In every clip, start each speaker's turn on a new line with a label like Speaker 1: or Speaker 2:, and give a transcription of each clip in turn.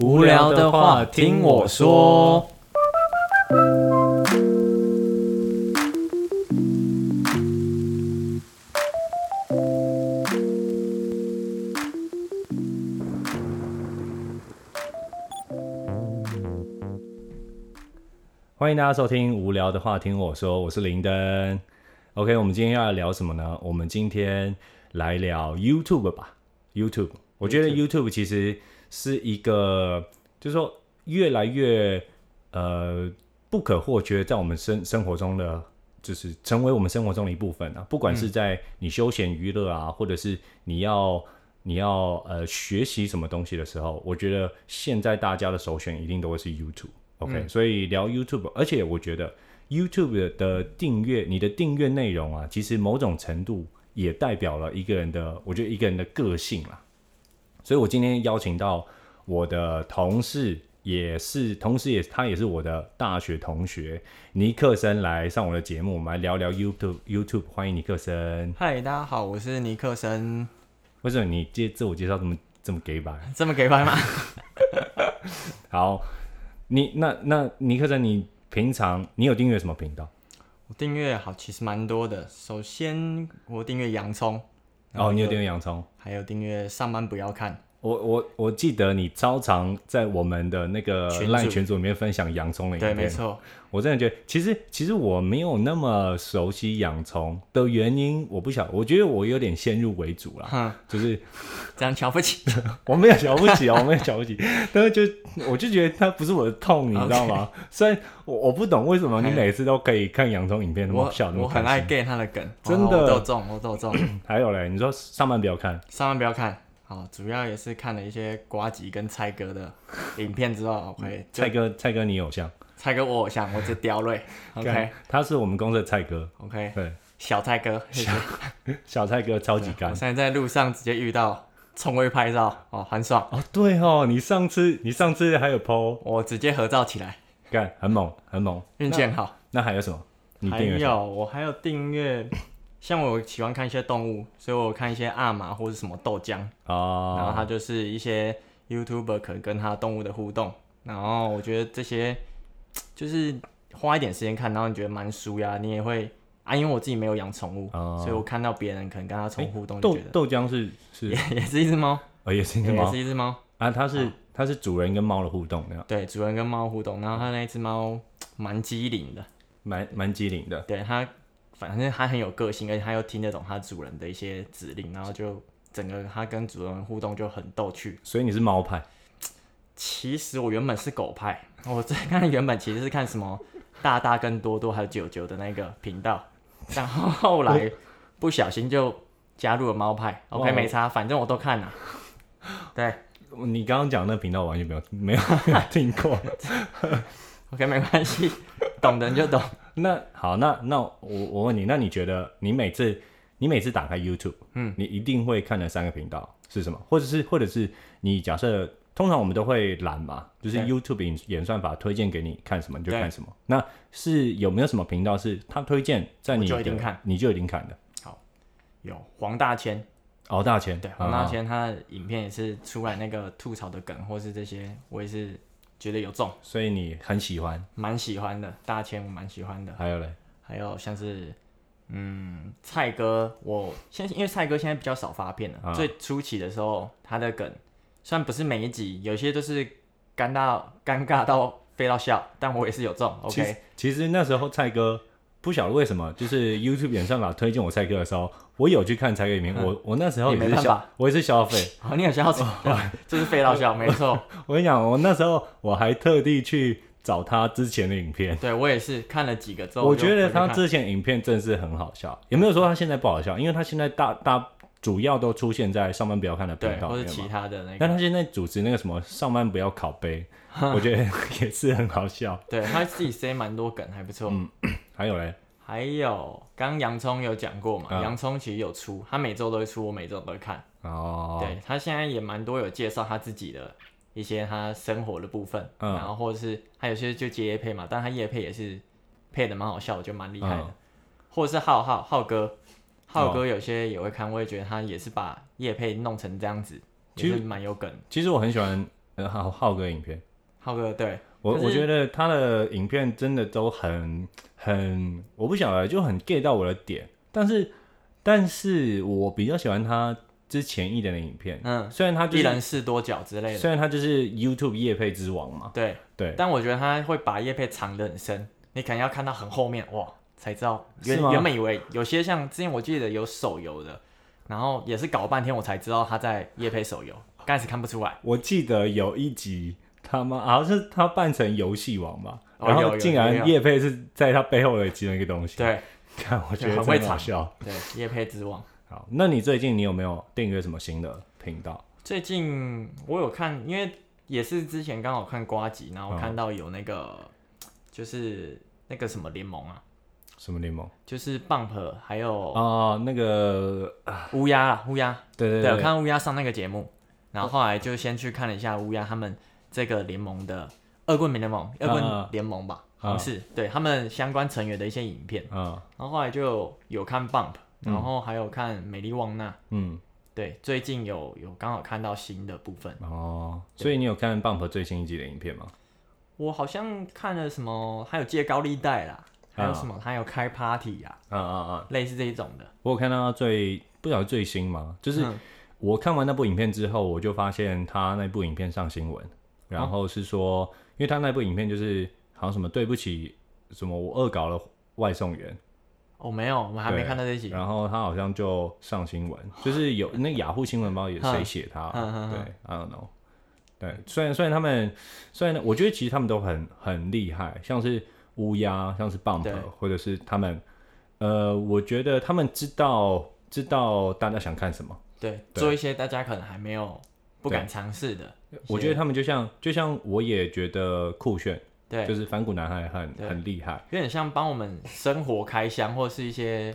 Speaker 1: 无聊的话听我说。欢迎大家收听《无聊的话听我说》，我是林登。OK，我们今天要来聊什么呢？我们今天来聊 YouTube 吧。YouTube，我觉得 YouTube 其实是一个，就是说越来越呃不可或缺，在我们生生活中的，就是成为我们生活中的一部分啊。不管是在你休闲娱乐啊，或者是你要你要呃学习什么东西的时候，我觉得现在大家的首选一定都会是 YouTube。OK，、所以聊 YouTube，而且我觉得 YouTube 的订阅，你的订阅内容啊，其实某种程度也代表了一个人的，我觉得一个人的个性啦。所以我今天邀请到我的同事，也是同时也他也是我的大学同学尼克森来上我的节目，我们来聊聊 YouTube YouTube。欢迎尼克森，
Speaker 2: 嗨，大家好，我是尼克森。
Speaker 1: 为什么你介自我介绍这么这么给白？
Speaker 2: 这么给拍吗？
Speaker 1: 好，你那那尼克森，你平常你有订阅什么频道？
Speaker 2: 我订阅好，其实蛮多的。首先我订阅洋葱，呃
Speaker 1: 哦，你有订阅洋葱？
Speaker 2: 还有订阅上班不要看。
Speaker 1: 我我我记得你超常在我们的那个
Speaker 2: 群组
Speaker 1: LINE 群组里面分享洋葱的影
Speaker 2: 对，
Speaker 1: 片，
Speaker 2: 没错，
Speaker 1: 我真的觉得，其实其实我没有那么熟悉洋葱的原因，我不晓，我觉得我有点先入为主啦，
Speaker 2: 哼，
Speaker 1: 就是
Speaker 2: 这样瞧不 起。
Speaker 1: 我没有瞧不起哦，我没有瞧不起，但是就我就觉得它不是我的痛，你知道吗虽然我我不懂为什么你每次都可以看洋葱影片那么
Speaker 2: 我
Speaker 1: 笑那
Speaker 2: 我
Speaker 1: 么
Speaker 2: 很爱
Speaker 1: 开心，
Speaker 2: get 他的梗，
Speaker 1: 真
Speaker 2: 哦
Speaker 1: 的
Speaker 2: 我都有中，我都有中。
Speaker 1: 还有嘞，你说上班不要看，
Speaker 2: 上班不要看，好，主要也是看了一些瓜吉跟蔡哥的影片之后，OK，就
Speaker 1: 蔡哥蔡哥你偶像
Speaker 2: 蔡哥我偶像，我是刁瑞
Speaker 1: 干
Speaker 2: ，OK
Speaker 1: 他是我们公司的蔡哥，
Speaker 2: OK，
Speaker 1: 对，
Speaker 2: 小蔡哥，谢谢。
Speaker 1: 小蔡哥超级
Speaker 2: 我
Speaker 1: 干
Speaker 2: 现。在在路上直接遇到，冲位拍照，哦，很爽，
Speaker 1: 哦，对哦，你上次你上次还有 PO，
Speaker 2: 我直接合照起来。
Speaker 1: 干很猛很猛。
Speaker 2: 运气很好。
Speaker 1: 那还有什么？你
Speaker 2: 还
Speaker 1: 订阅什么
Speaker 2: 有我还有订阅，像我喜欢看一些动物，所以我有看一些阿玛或是什么豆浆，然后
Speaker 1: 哦，
Speaker 2: 它就是一些 YouTuber 可能跟它动物的互动，然后我觉得这些就是花一点时间看，然后你觉得蛮舒压，你也会啊，因为我自己没有养宠物，
Speaker 1: 哦
Speaker 2: 所以我看到别人可能跟它宠物互动，就
Speaker 1: 豆
Speaker 2: 觉得、
Speaker 1: 豆浆是是，
Speaker 2: 也也是一只猫，
Speaker 1: 哦也是一只
Speaker 2: 也
Speaker 1: 猫
Speaker 2: 是一只猫，
Speaker 1: 啊，它是它是主人跟猫的互动那样，
Speaker 2: 对，主人跟猫互动，然后它那一只猫蛮机灵的。
Speaker 1: 蛮蛮机灵的。
Speaker 2: 对他，反正他很有个性，而且他又听得懂他主人的一些指令，然后就整个他跟主人互动就很逗趣。
Speaker 1: 所以你是猫派
Speaker 2: 其实我原本是狗派，我最看原本其实是看什么大大跟多多还有九九的那个频道，然后后来不小心就加入了猫派。
Speaker 1: 哇
Speaker 2: OK，没差，反正我都看了、对
Speaker 1: 你刚刚讲的那频道我完全没有没有没有听过。
Speaker 2: ，OK，没关系，懂的人就懂。
Speaker 1: 那好，那那我我问你，那你觉得你每次你每次打开 YouTube，嗯，你一定会看的三个频道是什么？或者是或者是你假设，通常我们都会懒嘛，就是
Speaker 2: 对
Speaker 1: YouTube 演演算法推荐给你看什么你就
Speaker 2: 对
Speaker 1: 看什么。那是有没有什么频道是他推荐在你
Speaker 2: 我就
Speaker 1: 的
Speaker 2: 一定看，
Speaker 1: 你就一定看的？
Speaker 2: 有黄大千，
Speaker 1: 熬大钱，啊
Speaker 2: 对，黄
Speaker 1: 熬
Speaker 2: 大，千他的影片也是出来那个吐槽的梗，或是这些，我也是觉得有中。
Speaker 1: 所以你很喜欢。
Speaker 2: 蛮喜欢的，大千我蛮喜欢的，
Speaker 1: 还有嘞，
Speaker 2: 还有像是嗯蔡哥，我现在因为蔡哥现在比较少发片了，
Speaker 1: 啊
Speaker 2: 最初期的时候他的梗虽然不是每一集，有些都是尴尬尴尬到飞到笑，但我也是有中
Speaker 1: 其实
Speaker 2: ，OK，
Speaker 1: 其实那时候蔡哥不晓得为什么，就是 YouTube 演算法推荐我蔡哥的时候，我有去看蔡哥里面，我我那时候
Speaker 2: 你嗯
Speaker 1: 也
Speaker 2: 没
Speaker 1: 是
Speaker 2: 办
Speaker 1: 消
Speaker 2: 法，
Speaker 1: 我也是消费。
Speaker 2: 好，哦你有笑死，
Speaker 1: 哦
Speaker 2: 就是飞到笑，没错，
Speaker 1: 我跟你讲，我那时候我还特地去找他之前的影片，
Speaker 2: 对我也是看了几个之后就，
Speaker 1: 我觉得
Speaker 2: 就看
Speaker 1: 他之前的影片真是很好笑，也没有说他现在不好笑，因为他现在大大主要都出现在上班不要看的频
Speaker 2: 对，
Speaker 1: 道
Speaker 2: 或
Speaker 1: 里
Speaker 2: 是
Speaker 1: 面
Speaker 2: 其
Speaker 1: 嘛。
Speaker 2: 他的那
Speaker 1: 但
Speaker 2: 个，
Speaker 1: 他现在主持那个什么上班不要拷 贝，我觉得 也是很好笑。
Speaker 2: 对他自己塞蛮多梗，还不
Speaker 1: 嗯
Speaker 2: 错。
Speaker 1: 还有嘞，
Speaker 2: 还有，刚刚洋葱有讲过嘛？
Speaker 1: 嗯
Speaker 2: 洋葱其实有出，他每周都会出，我每周都会看。
Speaker 1: 哦，
Speaker 2: 对他现在也蛮多有介绍他自己的一些他生活的部分，
Speaker 1: 嗯
Speaker 2: 然后或者是他有些就接业配嘛，但他业配也是配的蛮好笑，我觉得蛮厉害的。
Speaker 1: 嗯哦
Speaker 2: 或者是浩浩浩哥，浩哥有些也会看，我也觉得他也是把业配弄成这样子，
Speaker 1: 其
Speaker 2: 其
Speaker 1: 实
Speaker 2: 实蛮有梗。
Speaker 1: 其实我很喜欢呃浩浩哥影片，
Speaker 2: 浩哥对，
Speaker 1: 我
Speaker 2: 可是
Speaker 1: 我觉得他的影片真的都很很，我不晓得就很 get 到我的点，但是但是我比较喜欢他之前一点的影片，
Speaker 2: 嗯，
Speaker 1: 虽然他就
Speaker 2: 一
Speaker 1: 是
Speaker 2: 人试多角之类的，
Speaker 1: 虽然他就是 YouTube 业配之王嘛，
Speaker 2: 对，
Speaker 1: 对，
Speaker 2: 但我觉得他会把叶配藏得很深，你可能要看到很后面哇才知道，原
Speaker 1: 是吗
Speaker 2: 原本以为有些像之前我记得有手游的，然后也是搞半天我才知道他在叶配手游，刚开始看不出来，
Speaker 1: 我记得有一集他妈好像是他扮成游戏王吧，
Speaker 2: 哦
Speaker 1: 然
Speaker 2: 有
Speaker 1: 后
Speaker 2: 有
Speaker 1: 竟
Speaker 2: 有有
Speaker 1: 然叶配是在他背后的其中一个东西，，
Speaker 2: 对
Speaker 1: 看我觉
Speaker 2: 很
Speaker 1: 得真的
Speaker 2: 会
Speaker 1: 很好
Speaker 2: 藏
Speaker 1: 笑。
Speaker 2: 对，叶配之王。
Speaker 1: 好，那你最近你有没有订阅什么新的频道？
Speaker 2: 最近我有看，因为也是之前刚好看瓜集，然后
Speaker 1: 嗯
Speaker 2: 看到有那个、就是那个什么联盟啊，
Speaker 1: 什么联盟？
Speaker 2: 就是棒和还有
Speaker 1: 哦，那个，
Speaker 2: 乌鸦啊，乌鸦，
Speaker 1: 对对
Speaker 2: 对，我看乌鸦上那个节目，然后后来就先去看了一下乌鸦他们这个联盟的恶棍联盟，恶
Speaker 1: 嗯
Speaker 2: 棍联盟吧，
Speaker 1: 嗯
Speaker 2: 好像是对他们相关成员的一些影片，
Speaker 1: 嗯
Speaker 2: 然后后来就有看 Bump，然后还有看美丽旺娜，
Speaker 1: 嗯，
Speaker 2: 对，最近有有刚好看到新的部分。
Speaker 1: 哦，所以你有看 Bump 最新一集的影片吗？
Speaker 2: 我好像看了什么，还有借高利贷啦，
Speaker 1: 嗯
Speaker 2: 还有什么，还有开 party 啊，
Speaker 1: 啊啊啊！
Speaker 2: 类似这一种的。
Speaker 1: 我有看到最不晓得最新吗？就是
Speaker 2: 嗯
Speaker 1: 我看完那部影片之后，我就发现他那部影片上新闻，然后是说，因为他那部影片就是好像什么对不起，什么我恶搞了外送员，
Speaker 2: 哦，没有，我们还没
Speaker 1: 对
Speaker 2: 看到这一集。
Speaker 1: 然后他好像就上新闻，就是有那雅虎新闻包也谁写他，
Speaker 2: 嗯嗯嗯
Speaker 1: 对，I don't know。对，虽然虽然他们虽然我觉得其实他们都很很厉害，像是乌鸦，像是棒
Speaker 2: 对
Speaker 1: u 或者是他们，呃，我觉得他们知道知道大家想看什么。
Speaker 2: 对，
Speaker 1: 对
Speaker 2: 做一些大家可能还没有不敢尝试的一些。
Speaker 1: 我觉得他们就像就像我也觉得酷炫，
Speaker 2: 对，
Speaker 1: 就是反骨男孩很
Speaker 2: 对
Speaker 1: 很厉害。
Speaker 2: 有点像帮我们生活开箱，或是一些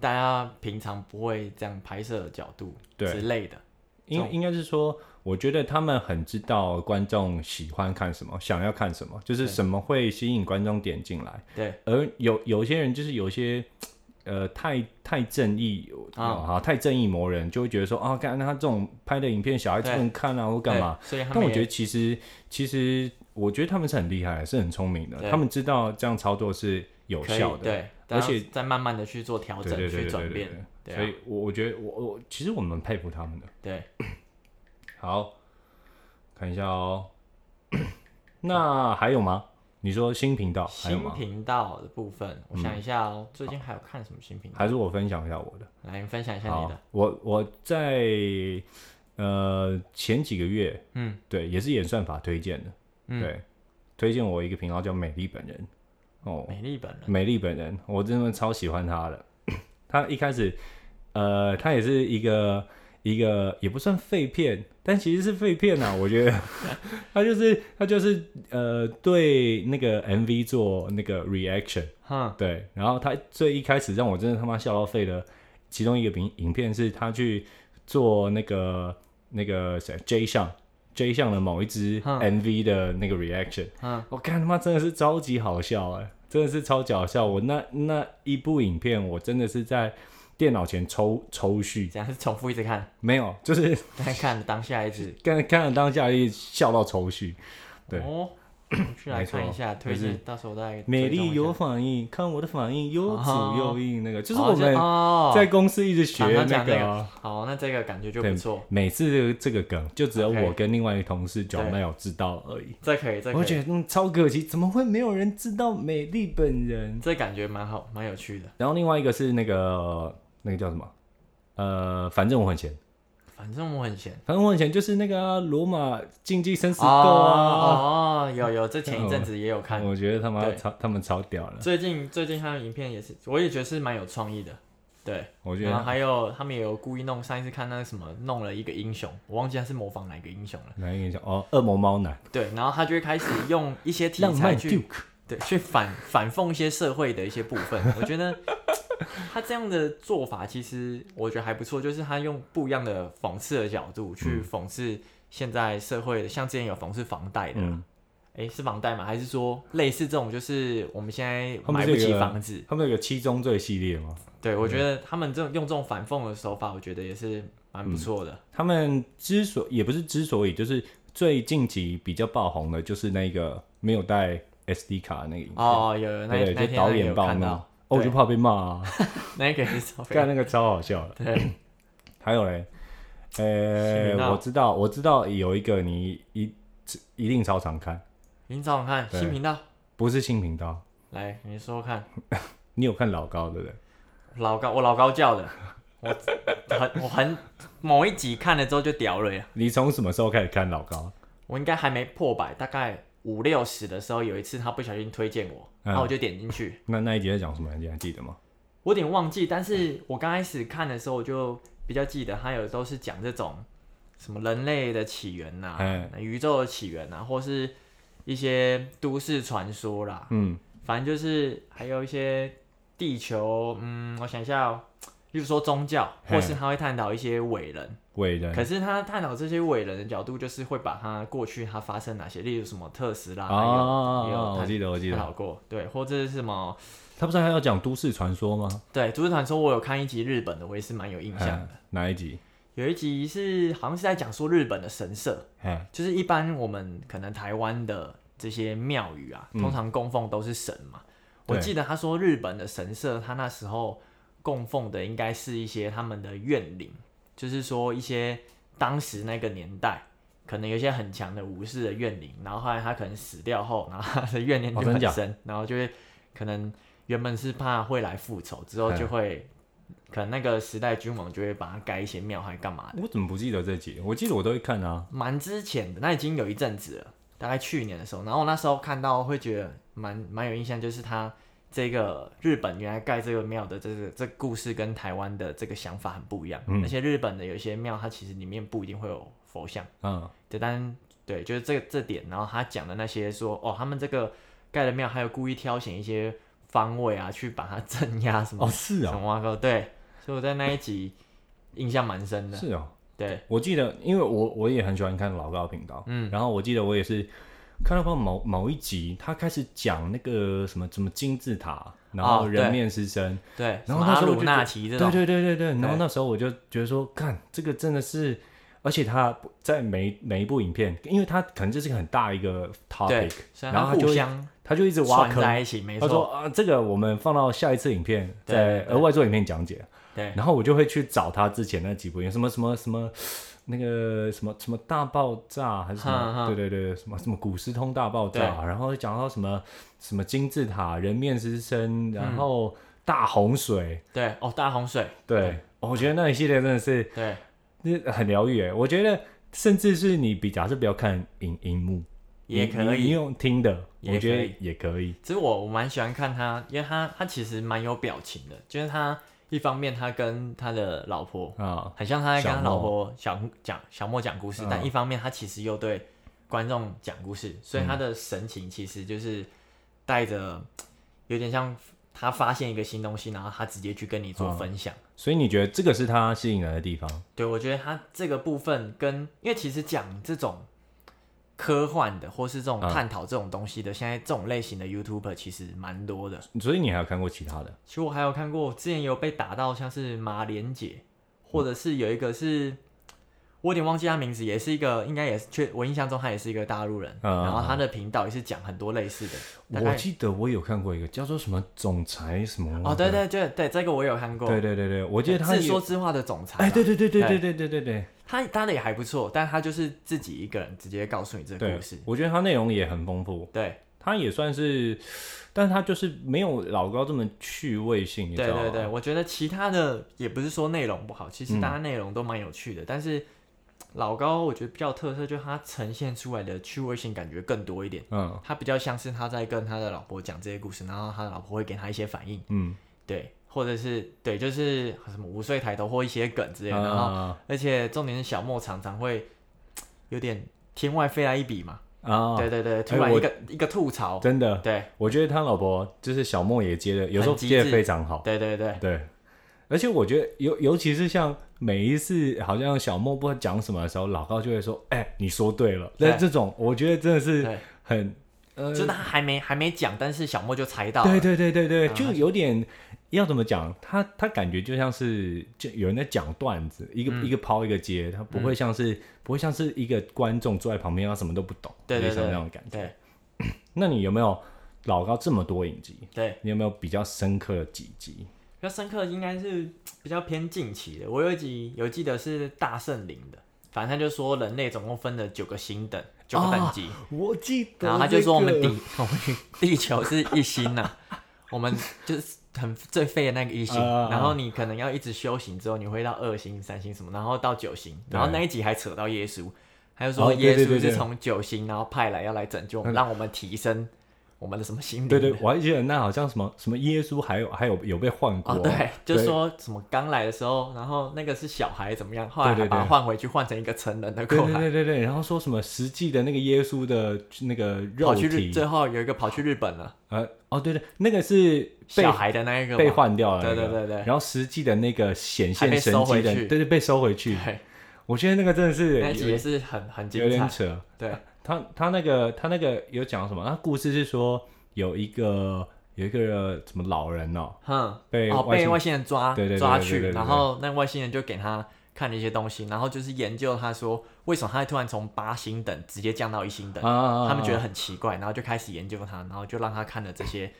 Speaker 2: 大家平常不会这样拍摄的角度
Speaker 1: 对
Speaker 2: 之类的。
Speaker 1: 应应该是说，我觉得他们很知道观众喜欢看什么，想要看什么，就是
Speaker 2: 对
Speaker 1: 什么会吸引观众点进来。
Speaker 2: 对，
Speaker 1: 而有有些人就是有些呃太太正义
Speaker 2: 啊
Speaker 1: 啊、好太正义魔人，就会觉得说啊，看那他这种拍的影片，小孩子
Speaker 2: 对
Speaker 1: 不能看啊，或干嘛？
Speaker 2: 对？所以他
Speaker 1: 但
Speaker 2: 们
Speaker 1: 我觉
Speaker 2: 也
Speaker 1: 得其实其实我觉得他们是很厉害，是很聪明的，
Speaker 2: 对
Speaker 1: 他们知道这样操作是有
Speaker 2: 可以
Speaker 1: 效的。
Speaker 2: 对，
Speaker 1: 而
Speaker 2: 而
Speaker 1: 且
Speaker 2: 且再慢慢的去做调整，
Speaker 1: 对对
Speaker 2: 去
Speaker 1: 对
Speaker 2: 转
Speaker 1: 对
Speaker 2: 变。
Speaker 1: 对
Speaker 2: 对
Speaker 1: 对，
Speaker 2: 啊
Speaker 1: 所以我我觉得我我其实我们佩服他们的。
Speaker 2: 对，
Speaker 1: 好，看一下哦。 那还有吗？你说新频道还有
Speaker 2: 新
Speaker 1: 吗？嗯
Speaker 2: 频道的部分，我想一下哦，最近还有看什么新频道？
Speaker 1: 还是我分享一下我的？
Speaker 2: 来，你分享一下你
Speaker 1: 好
Speaker 2: 的。，
Speaker 1: 我我在呃前几个月，
Speaker 2: 嗯，
Speaker 1: 对，也是演算法推荐的，
Speaker 2: 嗯
Speaker 1: 对，推荐我一个频道叫美丽本人，哦，
Speaker 2: 美丽本人，
Speaker 1: 美丽本人，我真的超喜欢她的。她一开始，呃，她也是一个一个也不算废片，但其实是废片啊。我觉得她就是她就是呃对那个 MV 做那个 reaction，
Speaker 2: 哼，
Speaker 1: 对。然后她最一开始让我真的他妈笑到废的，其中一个影影片是她去做那个那个谁 J 项 J 项的某一支
Speaker 2: 嗯
Speaker 1: MV 的那个 reaction。
Speaker 2: 嗯，
Speaker 1: 我看他妈真的是超级好笑哎、真的是超级好笑。我那那一部影片，我真的是在电脑前抽抽蓄，
Speaker 2: 这样是重复一直看，
Speaker 1: 没有， 就是
Speaker 2: 但看当下一直。
Speaker 1: 看看了当下一笑到抽蓄。对
Speaker 2: 哦，我们去来看一下推
Speaker 1: 就
Speaker 2: 荐，到时候再
Speaker 1: 美丽有
Speaker 2: 有
Speaker 1: 反应，看我的反应，
Speaker 2: 啊
Speaker 1: 有左右应那个，就是我们
Speaker 2: 哦，
Speaker 1: 在公司一直学
Speaker 2: 常常
Speaker 1: 那
Speaker 2: 讲这
Speaker 1: 个
Speaker 2: 个
Speaker 1: 啊。
Speaker 2: 好，那这个感觉就
Speaker 1: 对
Speaker 2: 不错，
Speaker 1: 每次这个这个梗，就只有
Speaker 2: OK
Speaker 1: 我跟另外一个同事九
Speaker 2: 对
Speaker 1: 妹有知道而已。
Speaker 2: 这可以，这
Speaker 1: 我
Speaker 2: 可以，
Speaker 1: 觉得嗯超可惜，怎么会没有人知道美丽本人？
Speaker 2: 这感觉蛮好，蛮有趣的。
Speaker 1: 然后另外一个是那个那个叫什么？呃，反正我很闲，
Speaker 2: 反正我很闲。
Speaker 1: 反正我很闲就是那个啊罗、马竞技生死斗啊，哦
Speaker 2: 哦哦，有有，这前一阵子也有看，
Speaker 1: 我觉得他妈
Speaker 2: 对
Speaker 1: 超他们超屌了，
Speaker 2: 最近最近他们影片也是，我也觉得是蛮有创意的。对，
Speaker 1: 我觉
Speaker 2: 然后
Speaker 1: 得
Speaker 2: 啊还有他们也有故意弄，上一次看那个什么弄了一个英雄，我忘记他是模仿哪一个英雄了。
Speaker 1: 哪一个叫哦恶魔猫男，
Speaker 2: 对，然后他就会开始用一些题
Speaker 1: 浪
Speaker 2: 材
Speaker 1: 漫
Speaker 2: 去
Speaker 1: Duke，
Speaker 2: 对去反 反讽一些社会的一些部分。我觉得他这样的做法其实我觉得还不错，就是他用不一样的讽刺的角度去
Speaker 1: 嗯
Speaker 2: 讽刺现在社会的，像之前有讽刺房贷的，
Speaker 1: 嗯，
Speaker 2: 诶，是房贷吗？还是说类似这种，就是我们现在
Speaker 1: 他们
Speaker 2: 买
Speaker 1: 这
Speaker 2: 不起
Speaker 1: 个嗯
Speaker 2: 房子？
Speaker 1: 他们有个七宗罪系列吗？
Speaker 2: 对，我觉得他们这种用这种
Speaker 1: 嗯
Speaker 2: 反讽的手法，我觉得也是蛮不错的。
Speaker 1: 他们之所也不是之所以，就是最近期比较爆红的就是那个没有带 SD 卡的那个影片，
Speaker 2: 哦，有有那那
Speaker 1: 对对，就
Speaker 2: 天
Speaker 1: 导
Speaker 2: 那个有
Speaker 1: 演暴
Speaker 2: 看
Speaker 1: 怒，
Speaker 2: 到
Speaker 1: 哦，我就
Speaker 2: 对
Speaker 1: 怕被骂啊，
Speaker 2: 那个也是超
Speaker 1: 干
Speaker 2: 肥，
Speaker 1: 那个超好笑的。
Speaker 2: 对，
Speaker 1: 还有嘞，呃
Speaker 2: 行，啊
Speaker 1: 我知道，我知道有一个你一一定超常看，
Speaker 2: 你找我看
Speaker 1: 对
Speaker 2: 新频道，
Speaker 1: 不是新频道，
Speaker 2: 来你说说看，
Speaker 1: 你有看老高对不对？
Speaker 2: 老高我老高叫的， 我很我很某一集看了之后就屌了呀，
Speaker 1: 你从什么时候开始看老高？
Speaker 2: 我应该还没破百，大概五六十的时候，有一次他不小心推荐我，
Speaker 1: 嗯
Speaker 2: 然后我就点进去，
Speaker 1: 那那一集在讲什么？你还记得吗？
Speaker 2: 我有点忘记，但是我刚开始看的时候我就比较记得，他有都是讲这种什么人类的起源呐、
Speaker 1: 嗯
Speaker 2: 宇宙的起源呐、或是一些都市传说啦，
Speaker 1: 嗯，
Speaker 2: 反正就是还有一些地球，嗯，我想一下、哦，例如说宗教，
Speaker 1: 嘿
Speaker 2: 或是他会探讨一些伟人。
Speaker 1: 伟人
Speaker 2: 可是他探讨这些伟人的角度，就是会把他过去他发生哪些，例如什么特斯拉，
Speaker 1: 啊
Speaker 2: 也有也有探
Speaker 1: 我记得我记
Speaker 2: 探
Speaker 1: 得，
Speaker 2: 讨过，对，或者是什么，
Speaker 1: 他不是还要讲都市传说吗？
Speaker 2: 对，都市传说我有看一集日本的，我也是蛮有印象的。
Speaker 1: 嗯哪一集？
Speaker 2: 有一集是好像是在讲说日本的神社，
Speaker 1: 嗯
Speaker 2: 就是一般我们可能台湾的这些庙宇啊，
Speaker 1: 嗯
Speaker 2: 通常供奉都是神嘛。
Speaker 1: 对
Speaker 2: 我记得他说日本的神社，他那时候供奉的应该是一些他们的怨灵，就是说一些当时那个年代。可能有一些很强的武士的怨灵，然后后来他可能死掉后，然后他的怨念就
Speaker 1: 哦真
Speaker 2: 很
Speaker 1: 假
Speaker 2: 深，然后就会可能原本是怕会来复仇，之后就会可能那个时代君王就会把他盖一些庙还干嘛的。
Speaker 1: 我怎么不记得这集？我记得我都会看啊。
Speaker 2: 蛮之前的，那已经有一阵子了，大概去年的时候。然后我那时候看到会觉得蛮蛮有印象，就是他这个日本原来盖这个庙的这个这故事跟台湾的这个想法很不一样。
Speaker 1: 嗯
Speaker 2: 而且日本的有些庙，它其实里面不一定会有佛像，
Speaker 1: 嗯，
Speaker 2: 对，但对，就是这这点。然后他讲的那些说，哦，他们这个盖的庙还有故意挑选一些方位啊，去把它 镇压什么、
Speaker 1: 哦是
Speaker 2: 什
Speaker 1: 哦
Speaker 2: 么啊哥，对。所以我在那一集印象蛮深的，
Speaker 1: 是哦，
Speaker 2: 对，
Speaker 1: 我记得，因为我我也很喜欢看老高频道，嗯，然后我记得我也是看到过某某一集，他开始讲那个什么什么金字塔，然后
Speaker 2: 哦
Speaker 1: 人
Speaker 2: 对
Speaker 1: 面狮身，
Speaker 2: 对，
Speaker 1: 然后
Speaker 2: 什么
Speaker 1: 那
Speaker 2: 阿
Speaker 1: 时候我
Speaker 2: 鲁
Speaker 1: 就
Speaker 2: 纳
Speaker 1: 觉
Speaker 2: 奇这
Speaker 1: 对
Speaker 2: 种，
Speaker 1: 对对对对，然后
Speaker 2: 对
Speaker 1: 那时候我就觉得说，看这个真的是，而且他在每每一部影片，因为他可能这是个很大一个
Speaker 2: 对
Speaker 1: topic，，
Speaker 2: 虽
Speaker 1: 然
Speaker 2: 它
Speaker 1: 后他就
Speaker 2: 互
Speaker 1: 会
Speaker 2: 相
Speaker 1: 他就一直挖
Speaker 2: 串
Speaker 1: 坑，
Speaker 2: 在一起，没
Speaker 1: 他说
Speaker 2: 错，
Speaker 1: 啊，这个我们放到下一次影片
Speaker 2: 对
Speaker 1: 再
Speaker 2: 对对
Speaker 1: 额外做影片讲解。
Speaker 2: 对
Speaker 1: 然后我就会去找他之前那几部影片，什么什么什么，那个什么什么大爆炸还是什么？
Speaker 2: 哼哼
Speaker 1: 对对对，什么什么股市通大爆炸，
Speaker 2: 对
Speaker 1: 然后讲到什么什么金字塔、人面狮
Speaker 2: 嗯
Speaker 1: 身，然后大洪水。
Speaker 2: 对，哦，大洪水，
Speaker 1: 对，哦我觉得那一系列真的是
Speaker 2: 对，
Speaker 1: 那很疗愈诶，我觉得甚至是你比假设不要看荧荧幕，
Speaker 2: 也
Speaker 1: 你
Speaker 2: 可
Speaker 1: 你你
Speaker 2: 以。
Speaker 1: 用听的，我
Speaker 2: 也
Speaker 1: 觉
Speaker 2: 可
Speaker 1: 得
Speaker 2: 以
Speaker 1: 也可以。
Speaker 2: 其实我我蛮喜欢看他，因为他他其实蛮有表情的，就是他一方面他跟他的老婆，
Speaker 1: 啊，
Speaker 2: 很像他在跟他
Speaker 1: 小莫
Speaker 2: 老婆小讲小莫讲故事
Speaker 1: 嗯，
Speaker 2: 但一方面他其实又对观众讲故事，所
Speaker 1: 嗯
Speaker 2: 以他的神情其实就是带着有点像他发现一个新东西，然后他直接去跟你做
Speaker 1: 嗯
Speaker 2: 分享。
Speaker 1: 所以你觉得这个是他吸引人的地方？
Speaker 2: 对，我觉得他这个部分跟，因为其实讲这种科幻的，或是这种
Speaker 1: 嗯
Speaker 2: 探讨这种东西的，现在这种类型的 YouTuber 其实蛮多的。
Speaker 1: 所以你还有看过其他的？
Speaker 2: 其实我还有看过，之前有被打到像是马莲姐，或者是有一个是，我有点忘记他名字，也是一个，应该也是，确我印象中他也是一个大陆人，
Speaker 1: 嗯
Speaker 2: 然后他的频道也是讲很多类似的。大
Speaker 1: 我
Speaker 2: 概
Speaker 1: 记得我有看过一个叫做什么总裁什么
Speaker 2: 哦，对对对对，这个我有看过。
Speaker 1: 对对对对，我记得他
Speaker 2: 自
Speaker 1: 也
Speaker 2: 说自话的总裁吧。
Speaker 1: 哎，对对对对对对对对对
Speaker 2: 他搭的也还不错，但他就是自己一个人直接告诉你这个
Speaker 1: 对
Speaker 2: 故事，。
Speaker 1: 我觉得他内容也很丰富，
Speaker 2: 对
Speaker 1: 他也算是，但他就是没有老高这么趣味性，你知
Speaker 2: 对
Speaker 1: 道吗？
Speaker 2: 对对，我觉得其他的也不是说内容不好，其实
Speaker 1: 嗯
Speaker 2: 大家内容都蛮有趣的，但是老高我觉得比较有特色就是他呈现出来的趣味性感觉更多一点，
Speaker 1: 嗯
Speaker 2: 他比较像是他在跟他的老婆讲这些故事，然后他的老婆会给他一些反应，
Speaker 1: 嗯，
Speaker 2: 对，或者是对，就是什么五岁抬头或一些梗之类的，然后
Speaker 1: 啊
Speaker 2: 而且重点是小莫常常会有点天外飞来一笔嘛，
Speaker 1: 啊，
Speaker 2: 对对对，突
Speaker 1: 哎
Speaker 2: 然
Speaker 1: 我
Speaker 2: 一个一个吐槽，
Speaker 1: 真的，
Speaker 2: 对
Speaker 1: 我觉得他老婆就是小莫也接的，有时候
Speaker 2: 很机
Speaker 1: 接的
Speaker 2: 智
Speaker 1: 非常好，
Speaker 2: 对对对
Speaker 1: 对，而且我觉得尤尤其是像每一次好像小莫不知道讲什么的时候，老高就会说：“哎、你说对了。”
Speaker 2: 对
Speaker 1: 那这种我觉得真的是
Speaker 2: 对
Speaker 1: 很呃，
Speaker 2: 就是他还没还没讲，但是小莫就猜到了，
Speaker 1: 对对对对对，
Speaker 2: 啊
Speaker 1: 就有点要怎么讲？他他感觉就像是就有人在讲段子，一个、
Speaker 2: 嗯
Speaker 1: 一个抛一个接，他不会像是、不会像是一个观众坐在旁边，他什么都不懂，
Speaker 2: 对对
Speaker 1: 类似
Speaker 2: 对
Speaker 1: 那种感觉。
Speaker 2: 对
Speaker 1: 那你有没有老高这么多影集？
Speaker 2: 对，
Speaker 1: 你有没有比较深刻的几集？
Speaker 2: 比较深刻的应该是比较偏近期的。我有一集有记得是大圣灵的，反正他就说人类总共分了九个星等，九
Speaker 1: 哦
Speaker 2: 个等级，
Speaker 1: 我记
Speaker 2: 然后他就说我们地、我们地球是一星呐、我们就是很最废的那个一星，
Speaker 1: 啊啊啊
Speaker 2: 然后你可能要一直修行之后，你会到二星、三星什么，然后到九星，
Speaker 1: 对
Speaker 2: 然后那一集还扯到耶稣，他就
Speaker 1: 哦
Speaker 2: 说
Speaker 1: 对
Speaker 2: 耶
Speaker 1: 对对
Speaker 2: 稣
Speaker 1: 对嗯
Speaker 2: 是从九星然后派来要来拯救我们，让我们提升我们的什么心灵，
Speaker 1: 对对，我还记得那好像什么什么耶稣还有还有有被换过，
Speaker 2: 哦，对，就说什么刚来的时候，然后那个是小孩怎么样，后来
Speaker 1: 对对
Speaker 2: 还
Speaker 1: 对
Speaker 2: 把他换回去，换成一个成人的
Speaker 1: 对
Speaker 2: 过
Speaker 1: 对
Speaker 2: 来，
Speaker 1: 对对对，然后说什么实际的那个耶稣的那个肉
Speaker 2: 跑去日，
Speaker 1: 体，
Speaker 2: 最后有一个跑去日本了，
Speaker 1: 呃，哦对对，那个是被
Speaker 2: 小孩的那一个
Speaker 1: 被
Speaker 2: 嘛，
Speaker 1: 换掉了、那个
Speaker 2: 对对对对
Speaker 1: 然后实际的那个显
Speaker 2: 还
Speaker 1: 现
Speaker 2: 被
Speaker 1: 神
Speaker 2: 收
Speaker 1: 迹
Speaker 2: 回
Speaker 1: 的，
Speaker 2: 去
Speaker 1: 对对，被收回去。
Speaker 2: 对，
Speaker 1: 我觉得那个真的是
Speaker 2: 那一集
Speaker 1: 有
Speaker 2: 也是很很
Speaker 1: 有
Speaker 2: 精
Speaker 1: 点
Speaker 2: 彩，
Speaker 1: 扯。
Speaker 2: 对
Speaker 1: 他他那个他那个有讲什么？他故事是说有一个有一个什么老人哦，
Speaker 2: 哼，
Speaker 1: 被
Speaker 2: 哦
Speaker 1: 外
Speaker 2: 被
Speaker 1: 星
Speaker 2: 外星人抓
Speaker 1: 对对对
Speaker 2: 抓
Speaker 1: 对对对
Speaker 2: 去，
Speaker 1: 对
Speaker 2: 然后那外星人就给他看了一些东西，然后就是研究他说为什么他会突然从八星等直接降到一星等，
Speaker 1: 啊，
Speaker 2: 他们觉得很奇怪，然后就开始研究它，然后就让他看了这些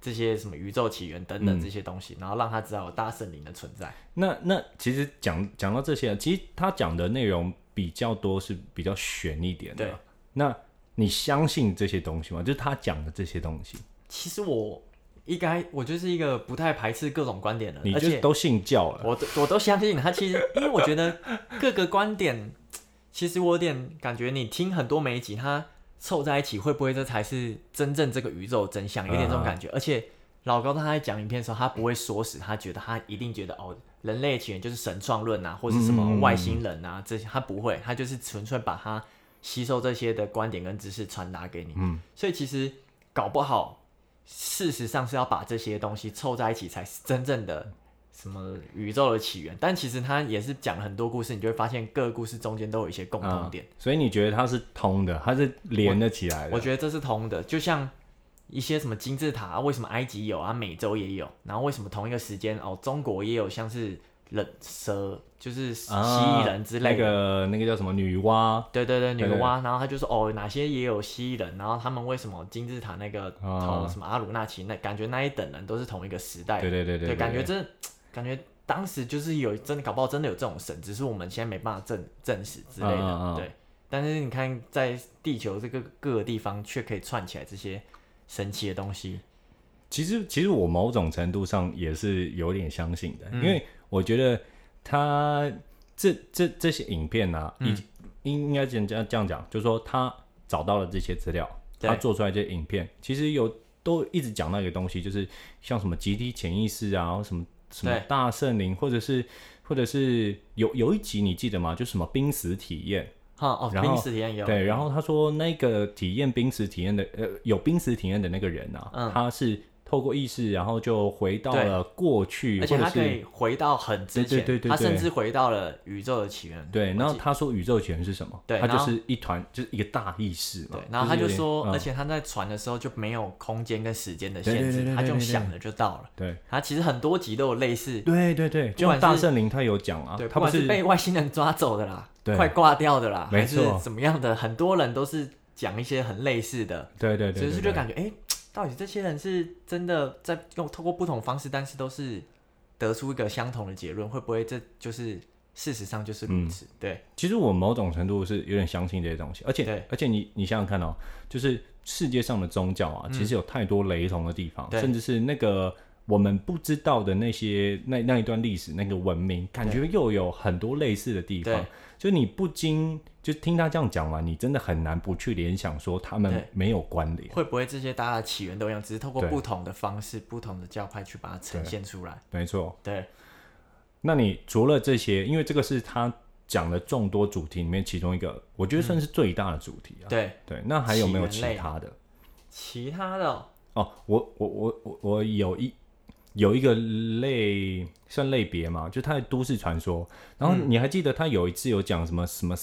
Speaker 2: 这些什么宇宙起源等
Speaker 1: 嗯
Speaker 2: 等这些东西，然后让他知道有大圣灵的存在。
Speaker 1: 那那其实讲讲到这些，啊其实他讲的内容比较多是比较悬一点的。
Speaker 2: 对
Speaker 1: 那你相信这些东西吗？就是他讲的这些东西，
Speaker 2: 其实我应该我就是一个不太排斥各种观点的人，
Speaker 1: 你
Speaker 2: 呃而
Speaker 1: 就
Speaker 2: 且
Speaker 1: 都信教了。
Speaker 2: 我都我都相信他。其实因为我觉得各个观点，其实我有点感觉，你听很多每一集，它凑在一起，会不会这才是真正这个宇宙真相？有点这种
Speaker 1: 啊
Speaker 2: 感觉，而且。老高他在讲影片的时候，他不会说死，他觉得他一定觉得哦，人类起源就是神创论啊，或是什
Speaker 1: 嗯嗯嗯
Speaker 2: 么外星人啊，这些他不会，他就是纯粹把他吸收这些的观点跟知识传达给你。
Speaker 1: 嗯，
Speaker 2: 所以其实搞不好，事实上是要把这些东西凑在一起，才是真正的什么宇宙的起源。但其实他也是讲了很多故事，你就会发现各个故事中间都有一些共同点。
Speaker 1: 嗯所以你觉得它是通的，它是连得起来的。
Speaker 2: 我觉得这是通的，就像一些什么金字塔、啊，为什么埃及有啊，美洲也有，然后为什么同一个时间哦，中国也有像是人蛇，就是蜥蜴人之类
Speaker 1: 啊那
Speaker 2: 的。
Speaker 1: 个那个叫什么女娲
Speaker 2: 对对对，女
Speaker 1: 对对
Speaker 2: 娲，然后他就说哦，哪些也有蜥蜴人，然后他们为什么金字塔那个
Speaker 1: 啊
Speaker 2: 头什么阿鲁纳奇那，感觉那一等人都是同一个时代的，
Speaker 1: 对对对对对
Speaker 2: 感觉真的感觉当时就是有真的搞不好真的有这种神，只是我们现在没办法证证实之类的，
Speaker 1: 啊啊啊
Speaker 2: 对。但是你看，在地球这个各个地方却可以串起来这些神奇的东西，
Speaker 1: 其实，其实我某种程度上也是有点相信
Speaker 2: 嗯
Speaker 1: 的，因为我觉得他这这这些影片呢、
Speaker 2: 嗯
Speaker 1: 啊，以应应该这样这样这样讲，就是说他找到了这些资料，
Speaker 2: 对
Speaker 1: 他做出来这些影片，其实有都一直讲到一个东西，就是像什么集体潜意识啊，什么什么
Speaker 2: 对
Speaker 1: 大圣灵，或者是或者是有有一集你记得吗？就什么濒死体验，
Speaker 2: 哈哦，
Speaker 1: 然后
Speaker 2: 濒死体验也有，
Speaker 1: 对，然后他说那个体验濒死体验的，呃，有濒死体验的那个人啊，
Speaker 2: 嗯
Speaker 1: 他是透过意识，然后就回到
Speaker 2: 对
Speaker 1: 了过去，
Speaker 2: 而且
Speaker 1: 或者
Speaker 2: 他可
Speaker 1: 是
Speaker 2: 以回到很之
Speaker 1: 对对
Speaker 2: 前，
Speaker 1: 对对
Speaker 2: 他
Speaker 1: 对
Speaker 2: 甚至回到了宇宙的起源，
Speaker 1: 对。
Speaker 2: 我
Speaker 1: 然后
Speaker 2: 记
Speaker 1: 他说宇宙起源是什么？
Speaker 2: 对
Speaker 1: 他就
Speaker 2: 然后
Speaker 1: 是一团，就是一个大意识嘛
Speaker 2: 对。，然后他
Speaker 1: 是有
Speaker 2: 就
Speaker 1: 点
Speaker 2: 说，
Speaker 1: 嗯
Speaker 2: 而且他在传的时候就没有空间跟时间的
Speaker 1: 对
Speaker 2: 限
Speaker 1: 对对
Speaker 2: 制，
Speaker 1: 对
Speaker 2: 他
Speaker 1: 对
Speaker 2: 就
Speaker 1: 对
Speaker 2: 想了就到了。
Speaker 1: 对
Speaker 2: 他其实很多集都有类似，
Speaker 1: 对对对，就
Speaker 2: 管
Speaker 1: 像大
Speaker 2: 是
Speaker 1: 圣灵他有讲啊
Speaker 2: 对，，不
Speaker 1: 他不
Speaker 2: 管是被外星人抓走的啦，
Speaker 1: 对
Speaker 2: 快挂掉的啦，
Speaker 1: 没
Speaker 2: 还是
Speaker 1: 错
Speaker 2: 怎么样的，很多人都是讲一些很类似的，
Speaker 1: 对对对，
Speaker 2: 只
Speaker 1: 对
Speaker 2: 是就
Speaker 1: 对
Speaker 2: 感觉，哎，到底这些人是真的在用透过不同方式，但是都是得出一个相同的结论，会不会这就是事实上就是如
Speaker 1: 嗯
Speaker 2: 此？对
Speaker 1: 其实我某种程度是有点相信这些东西，而
Speaker 2: 对
Speaker 1: 且而且你你想想看哦，就是世界上的宗教啊，其实有太多雷同的地方，
Speaker 2: 嗯对
Speaker 1: 甚至是那个我们不知道的那些那那一段历史那个文明，感觉又有很多类似的地方
Speaker 2: 对，
Speaker 1: 就你不禁就听他这样讲完，你真的很难不去联想说他们
Speaker 2: 对
Speaker 1: 没有关联。
Speaker 2: 会不会这些大家的起源都一样，只是透过
Speaker 1: 对
Speaker 2: 不同的方式、不同的教派去把它呈现出来？
Speaker 1: 没错，
Speaker 2: 对，
Speaker 1: 那你除了这些，因为这个是他讲的众多主题里面其中一个，我觉得算是最大的主题啊。
Speaker 2: 嗯对，
Speaker 1: 对，那还有没有
Speaker 2: 起
Speaker 1: 其
Speaker 2: 源类啊
Speaker 1: 他的？
Speaker 2: 其他的哦、
Speaker 1: 哦，我我我我我有一有一个类算类别嘛，就它的都市传说。
Speaker 2: 嗯
Speaker 1: 然后你还记得他有一次有讲什么什么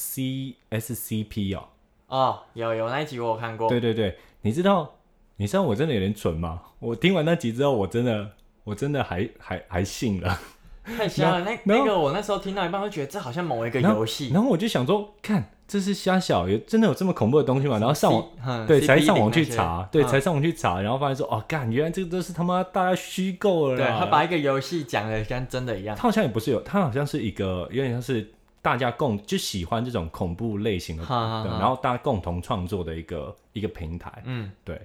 Speaker 1: CSCP 哦？
Speaker 2: 哦，有有那一集我有看过，
Speaker 1: 对对对，你知道你知道我真的有点蠢吗？我听完那集之后，我真的我真的还还还信了。
Speaker 2: 太瞎了。那
Speaker 1: 然
Speaker 2: 那
Speaker 1: 后
Speaker 2: 个我那时候听到一半会觉得这好像某一个
Speaker 1: 然后
Speaker 2: 游戏，
Speaker 1: 然后我就想说，看这是瞎小，有真的有这么恐怖的东西吗？然后上网
Speaker 2: C- 嗯
Speaker 1: 对，才
Speaker 2: CP
Speaker 1: 上网
Speaker 2: 零那
Speaker 1: 去
Speaker 2: 些
Speaker 1: 查，对，
Speaker 2: 嗯
Speaker 1: 才上网去查，然后发现说，哦，干，原来这个都是他妈大家虚构了
Speaker 2: 对
Speaker 1: 啦。
Speaker 2: 他把一个游戏讲的跟真的一样
Speaker 1: 他，好像也不是有，他好像是一个有点像是大家共就喜欢这种恐怖类型的，
Speaker 2: 哈哈
Speaker 1: 对啊
Speaker 2: 哈
Speaker 1: 然后大家共同创作的一个一个平台。
Speaker 2: 嗯，
Speaker 1: 对，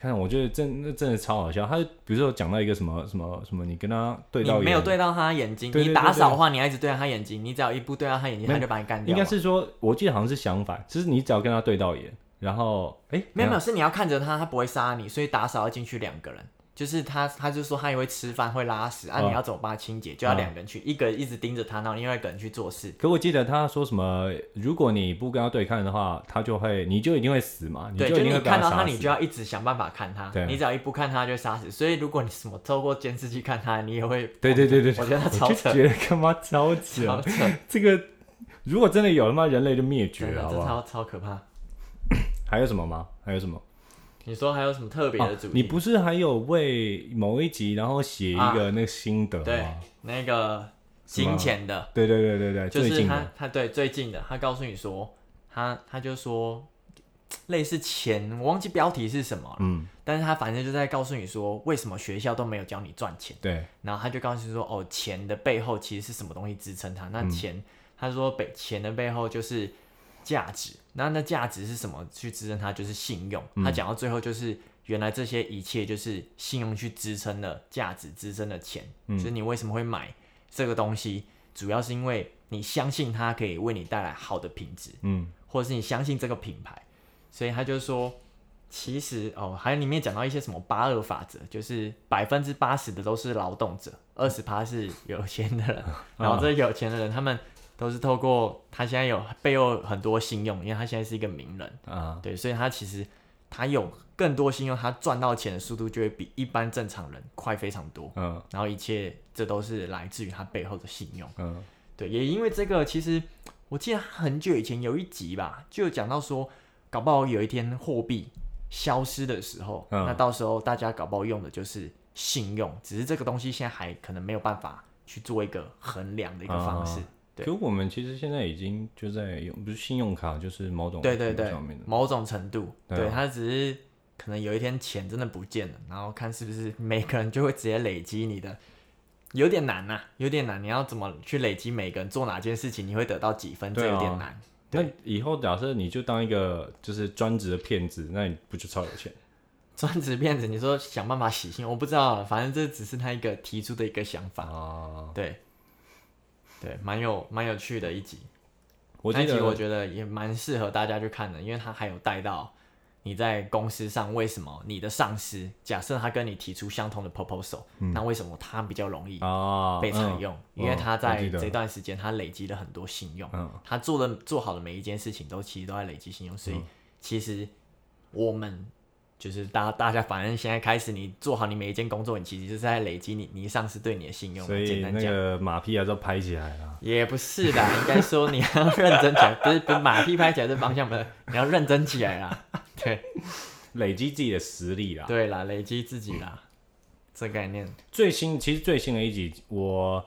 Speaker 1: 看我觉得真那真的超好笑。他比如说讲到一个什么什么什么，你跟他对
Speaker 2: 你
Speaker 1: 到
Speaker 2: 没
Speaker 1: 眼
Speaker 2: 有对到他眼睛，
Speaker 1: 对
Speaker 2: 你
Speaker 1: 对对
Speaker 2: 打
Speaker 1: 对
Speaker 2: 扫的话，你要一直对到他眼睛，你只要一步对到他眼睛，
Speaker 1: 没有
Speaker 2: 他就把你干掉啊
Speaker 1: 应
Speaker 2: 嘛。
Speaker 1: 该是说，我记得好像是相反，就是你只要跟他对到眼，然后哎，诶
Speaker 2: 没有没
Speaker 1: 等
Speaker 2: 有，
Speaker 1: 一
Speaker 2: 是你要看着他，他不会杀你，所以打扫要进去两个人。就是他，他就说他也会吃饭，会拉屎啊，
Speaker 1: 嗯
Speaker 2: 你要怎么帮他清洁，就要两个人去，一个一直盯着他，然后另外一个人去做事
Speaker 1: 下。可我记得他说什么，如果你不跟他对看的话，他就会你就一定会死嘛，你
Speaker 2: 对，
Speaker 1: 一
Speaker 2: 就
Speaker 1: 定
Speaker 2: 你
Speaker 1: 会被
Speaker 2: 看到
Speaker 1: 杀
Speaker 2: 你
Speaker 1: 死
Speaker 2: 就。要一直想办法看他
Speaker 1: 对，啊
Speaker 2: 你只要一不看他就会杀死。所以如果你什么透过监视器看他，你也会。
Speaker 1: 对啊对对对，
Speaker 2: 我觉得他
Speaker 1: 我
Speaker 2: 超
Speaker 1: 就
Speaker 2: 扯，
Speaker 1: 觉得他妈超
Speaker 2: 超
Speaker 1: 扯，
Speaker 2: 扯，
Speaker 1: 这个如果真的有他妈人类就灭绝
Speaker 2: 真
Speaker 1: 了，
Speaker 2: 的
Speaker 1: 好
Speaker 2: 这
Speaker 1: 不好？
Speaker 2: 超超可怕。
Speaker 1: 还有什么吗？还有什么？
Speaker 2: 你说还有什么特别的主题？
Speaker 1: 哦你不是还有为某一集然后写一个那个心得
Speaker 2: 对
Speaker 1: 吗？
Speaker 2: 那个
Speaker 1: 什么
Speaker 2: 金钱的，
Speaker 1: 对对对对对，
Speaker 2: 就
Speaker 1: 哎最
Speaker 2: 是
Speaker 1: 近
Speaker 2: 他
Speaker 1: 的
Speaker 2: 他对最近的，他告诉你说他他就说类似钱，我忘记标题是什么了，
Speaker 1: 嗯，
Speaker 2: 但是他反正就在告诉你说为什么学校都没有教你赚钱，
Speaker 1: 对，
Speaker 2: 然后他就告诉你说哦，钱的背后其实是什么东西支撑它？那钱、他说背钱的背后就是价值，那那价值是什么去支撑它？就是信用。他讲到最后就是。原来这些一切就是信用去支撑了价值，支撑了钱。就是你为什么会买这个东西，主要是因为你相信它可以为你带来好的品质，
Speaker 1: 嗯，
Speaker 2: 或者是你相信这个品牌，所以他就说，其实哦，还有里面讲到一些什么八二法则，就是百分之八十的都是劳动者，二十趴是有钱的人，然后这有钱的人他们都是透过他现在有背后有很多信用，因为他现在是一个名人，
Speaker 1: 啊，
Speaker 2: 对，所以他其实他有更多信用，他赚到钱的速度就会比一般正常人快非常多，
Speaker 1: 嗯
Speaker 2: 然后一切这都是来自于他背后的信用。
Speaker 1: 嗯
Speaker 2: 对，也因为这个，其实我记得很久以前有一集吧，就有讲到说，搞不好有一天货币消失的时候，
Speaker 1: 嗯
Speaker 2: 那到时候大家搞不好用的就是信用，只是这个东西现在还可能没有办法去做一个衡量的一个方式。
Speaker 1: 啊
Speaker 2: 对
Speaker 1: 可我们其实现在已经就在用，不是信用卡，就是某种
Speaker 2: 对对
Speaker 1: 程度
Speaker 2: 对
Speaker 1: 上面的，，
Speaker 2: 某种程度，
Speaker 1: 对啊
Speaker 2: 对它只是可能有一天钱真的不见了，然后看是不是每个人就会直接累积你的。有点难呐、有点难。你要怎么去累积每个人做哪件事情，你会得到几分？这
Speaker 1: 对啊
Speaker 2: 有点难。
Speaker 1: 那以后假设你就当一个就是专职的骗子，那你不就超有钱？
Speaker 2: 专职骗子，你说想办法洗心，我不知道，反正这只是他一个提出的一个想法，
Speaker 1: 啊，
Speaker 2: 对，对，蛮有蛮有趣的一集。
Speaker 1: 我
Speaker 2: 那
Speaker 1: 记
Speaker 2: 一集
Speaker 1: 得
Speaker 2: 我觉得也蛮适合大家去看的，因为他还有带到你在公司上为什么你的上司，假设他跟你提出相同的 proposal，、那
Speaker 1: 嗯
Speaker 2: 为什么他比较容易
Speaker 1: 啊，
Speaker 2: 被采
Speaker 1: 嗯
Speaker 2: 用？
Speaker 1: 嗯
Speaker 2: 因为他
Speaker 1: 我
Speaker 2: 在
Speaker 1: 记得
Speaker 2: 这段时间他累积了很多信用，
Speaker 1: 嗯
Speaker 2: 他做的做好的每一件事情都其实都在累积信用，所以
Speaker 1: 嗯
Speaker 2: 其实我们就是大大家反正现在开始你做好你每一件工作，你其实就是在累积你你上司对你的信用。
Speaker 1: 所以
Speaker 2: 简单
Speaker 1: 那
Speaker 2: 讲。
Speaker 1: 个马屁还是要拍起来啊了。
Speaker 2: 也不是啦，应该说你要认真起来，不是不是马屁拍起来这方向不是，你要认真起来啦。对
Speaker 1: 累积自己的实力啦。
Speaker 2: 对啦，累积自己啦，这概念。
Speaker 1: 最新其实最新的一集，我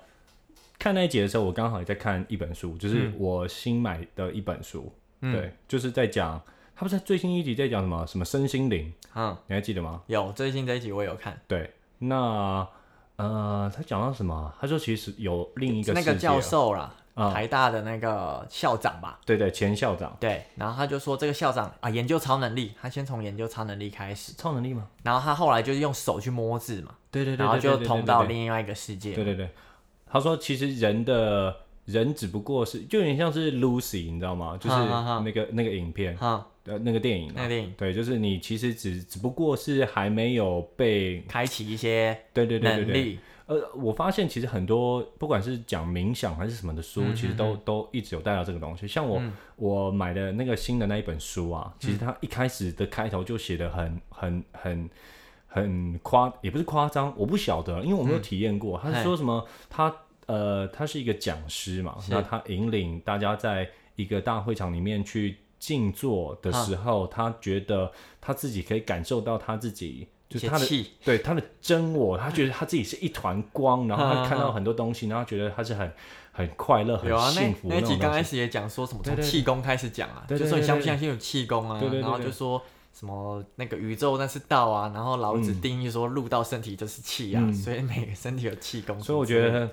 Speaker 1: 看那一集的时候，我刚好也在看一本书，就是我新买的一本书，
Speaker 2: 嗯
Speaker 1: 对，就是在讲他不是在最新一集在讲什么什么身心灵，
Speaker 2: 嗯，
Speaker 1: 你还记得吗？
Speaker 2: 有最近这一集我有看，
Speaker 1: 对，那呃，他讲到什么？他说其实有另一个
Speaker 2: 那
Speaker 1: 世
Speaker 2: 个
Speaker 1: 界哦
Speaker 2: 教授啦，
Speaker 1: 啊
Speaker 2: 台大的那个校长吧，
Speaker 1: 对对，前校长
Speaker 2: 对，然后他就说这个校长啊，研究超能力，他先从研究超能力开始，
Speaker 1: 是超能力吗？
Speaker 2: 然后他后来就是用手去摸字嘛，
Speaker 1: 对对
Speaker 2: 然后就通到
Speaker 1: 对
Speaker 2: 另外一个世界。
Speaker 1: 对对对，他说其实人的人只不过是就有点像是 Lucy，你知道吗？就是
Speaker 2: 哈哈哈
Speaker 1: 那个那个影片
Speaker 2: 哈、
Speaker 1: 呃那个电影啊
Speaker 2: 那个电影
Speaker 1: 对，就是你其实只只不过是还没有被，
Speaker 2: 开启一些
Speaker 1: 对对对对
Speaker 2: 能
Speaker 1: 对。
Speaker 2: 力，
Speaker 1: 呃，我发现其实很多不管是讲冥想还是什么的书，其实都都一直有带到这个东西。像我、我买的那个新的那一本书啊，其实它一开始的开头就写的很很很很夸，也不是夸张，我不晓得，因为我没有体验过。他是说什么？他呃，他是一个讲师嘛，
Speaker 2: 是
Speaker 1: 那他引领大家在一个大会场里面去静坐的时候，他觉得他自己可以感受到他自己。就
Speaker 2: 一
Speaker 1: 是
Speaker 2: 些
Speaker 1: 他的
Speaker 2: 气，
Speaker 1: 对他的真我，他觉得他自己是一团光，
Speaker 2: 嗯
Speaker 1: 然后他看到很多东西，然后觉得他是很很快乐、很
Speaker 2: 有啊，
Speaker 1: 幸
Speaker 2: 那
Speaker 1: 福
Speaker 2: 那一
Speaker 1: 种
Speaker 2: 集刚
Speaker 1: 东
Speaker 2: 开
Speaker 1: 西。
Speaker 2: 始也讲说什么
Speaker 1: 对
Speaker 2: 从
Speaker 1: 对对
Speaker 2: 气功开始讲啊，
Speaker 1: 对对
Speaker 2: 就说你
Speaker 1: 对
Speaker 2: 相不
Speaker 1: 对
Speaker 2: 相信有气功啊
Speaker 1: 对对对，
Speaker 2: 然后
Speaker 1: 对
Speaker 2: 就说什么那个宇宙那是道啊，然后老子定义说入到身体就是气啊，
Speaker 1: 嗯
Speaker 2: 所以每个身体有气功。
Speaker 1: 所以我觉，得，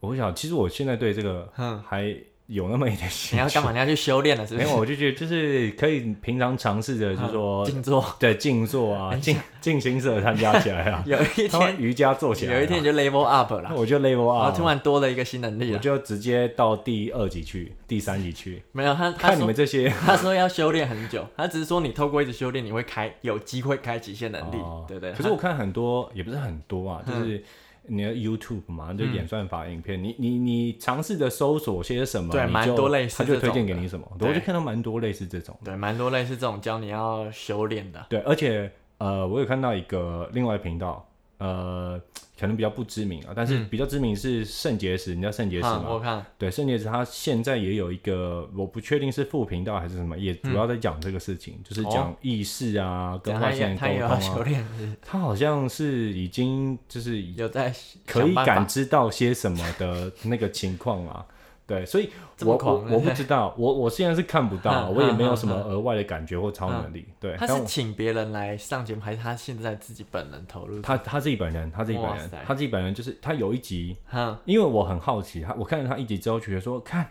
Speaker 1: 我会想，其实我现在对这个
Speaker 2: 哼，
Speaker 1: 还有那么一点兴趣。
Speaker 2: 你要干嘛？你要去修炼了是不
Speaker 1: 没
Speaker 2: 是？啊
Speaker 1: 有，我就觉得就是可以平常尝试着，就是说
Speaker 2: 静坐，，
Speaker 1: 对静坐啊，静静心社参加起来 啊
Speaker 2: 有一
Speaker 1: 他们
Speaker 2: 天
Speaker 1: 瑜伽做起来啊，
Speaker 2: 有一天你就 level up
Speaker 1: 那
Speaker 2: 了，
Speaker 1: 我就 level
Speaker 2: 然
Speaker 1: up，啊
Speaker 2: 后突然多了一个新能力
Speaker 1: 哦我
Speaker 2: 了。
Speaker 1: 就直接到第二级去，第三级去，
Speaker 2: 没有他，他
Speaker 1: 看你
Speaker 2: 说
Speaker 1: 们这些
Speaker 2: 他说 要修炼很久，他只是说你透过一直修炼，你会开有机会开启一些能力，
Speaker 1: 哦
Speaker 2: 对不嗯对？
Speaker 1: 可是我看很多，也不是很多啊，就是你的 YouTube
Speaker 2: 嗯
Speaker 1: 嘛，就演算法影片，你你你尝试着搜索些什么，
Speaker 2: 对
Speaker 1: 你
Speaker 2: 蛮
Speaker 1: 就
Speaker 2: 多类似
Speaker 1: 他就
Speaker 2: 这
Speaker 1: 推
Speaker 2: 种
Speaker 1: 荐给
Speaker 2: 的
Speaker 1: 你什么，
Speaker 2: 对
Speaker 1: 我就看到蛮多类似这种。
Speaker 2: 对蛮多类似这种教你要修炼的，
Speaker 1: 对，而且呃，我有看到一个另外频道，呃，可能比较不知名啊，但是比较知名是肾结石，你知道肾结石
Speaker 2: 嗯，我
Speaker 1: 吗？
Speaker 2: 看
Speaker 1: 对，肾结石它现在也有一个，我不确定是副频道还是什么，也主要在讲这个事情，就是讲意识啊、
Speaker 2: 对嗯
Speaker 1: 跟
Speaker 2: 哦他
Speaker 1: 外
Speaker 2: 也
Speaker 1: 线沟
Speaker 2: 他也要
Speaker 1: 通
Speaker 2: 修
Speaker 1: 啊。
Speaker 2: 炼，是
Speaker 1: 他好像是已经就是
Speaker 2: 有在
Speaker 1: 可以
Speaker 2: 想办法
Speaker 1: 感知到些什么的那个情 况啊。对，所以
Speaker 2: 这么
Speaker 1: 我我
Speaker 2: 狂
Speaker 1: 我不知道，我我现在是看不到啊，
Speaker 2: 嗯
Speaker 1: 我也没有
Speaker 2: 嗯
Speaker 1: 什么额外的感觉或超能力。对，
Speaker 2: 他
Speaker 1: 但
Speaker 2: 是
Speaker 1: 我
Speaker 2: 请别人来上节目，还是他现在自己本人投入？
Speaker 1: 他他自己本人，他自己本
Speaker 2: 哇
Speaker 1: 人
Speaker 2: 塞，
Speaker 1: 他自己本人就是他有一集，
Speaker 2: 哼，
Speaker 1: 因为我很好奇，他我看了他一集之后，觉得说看。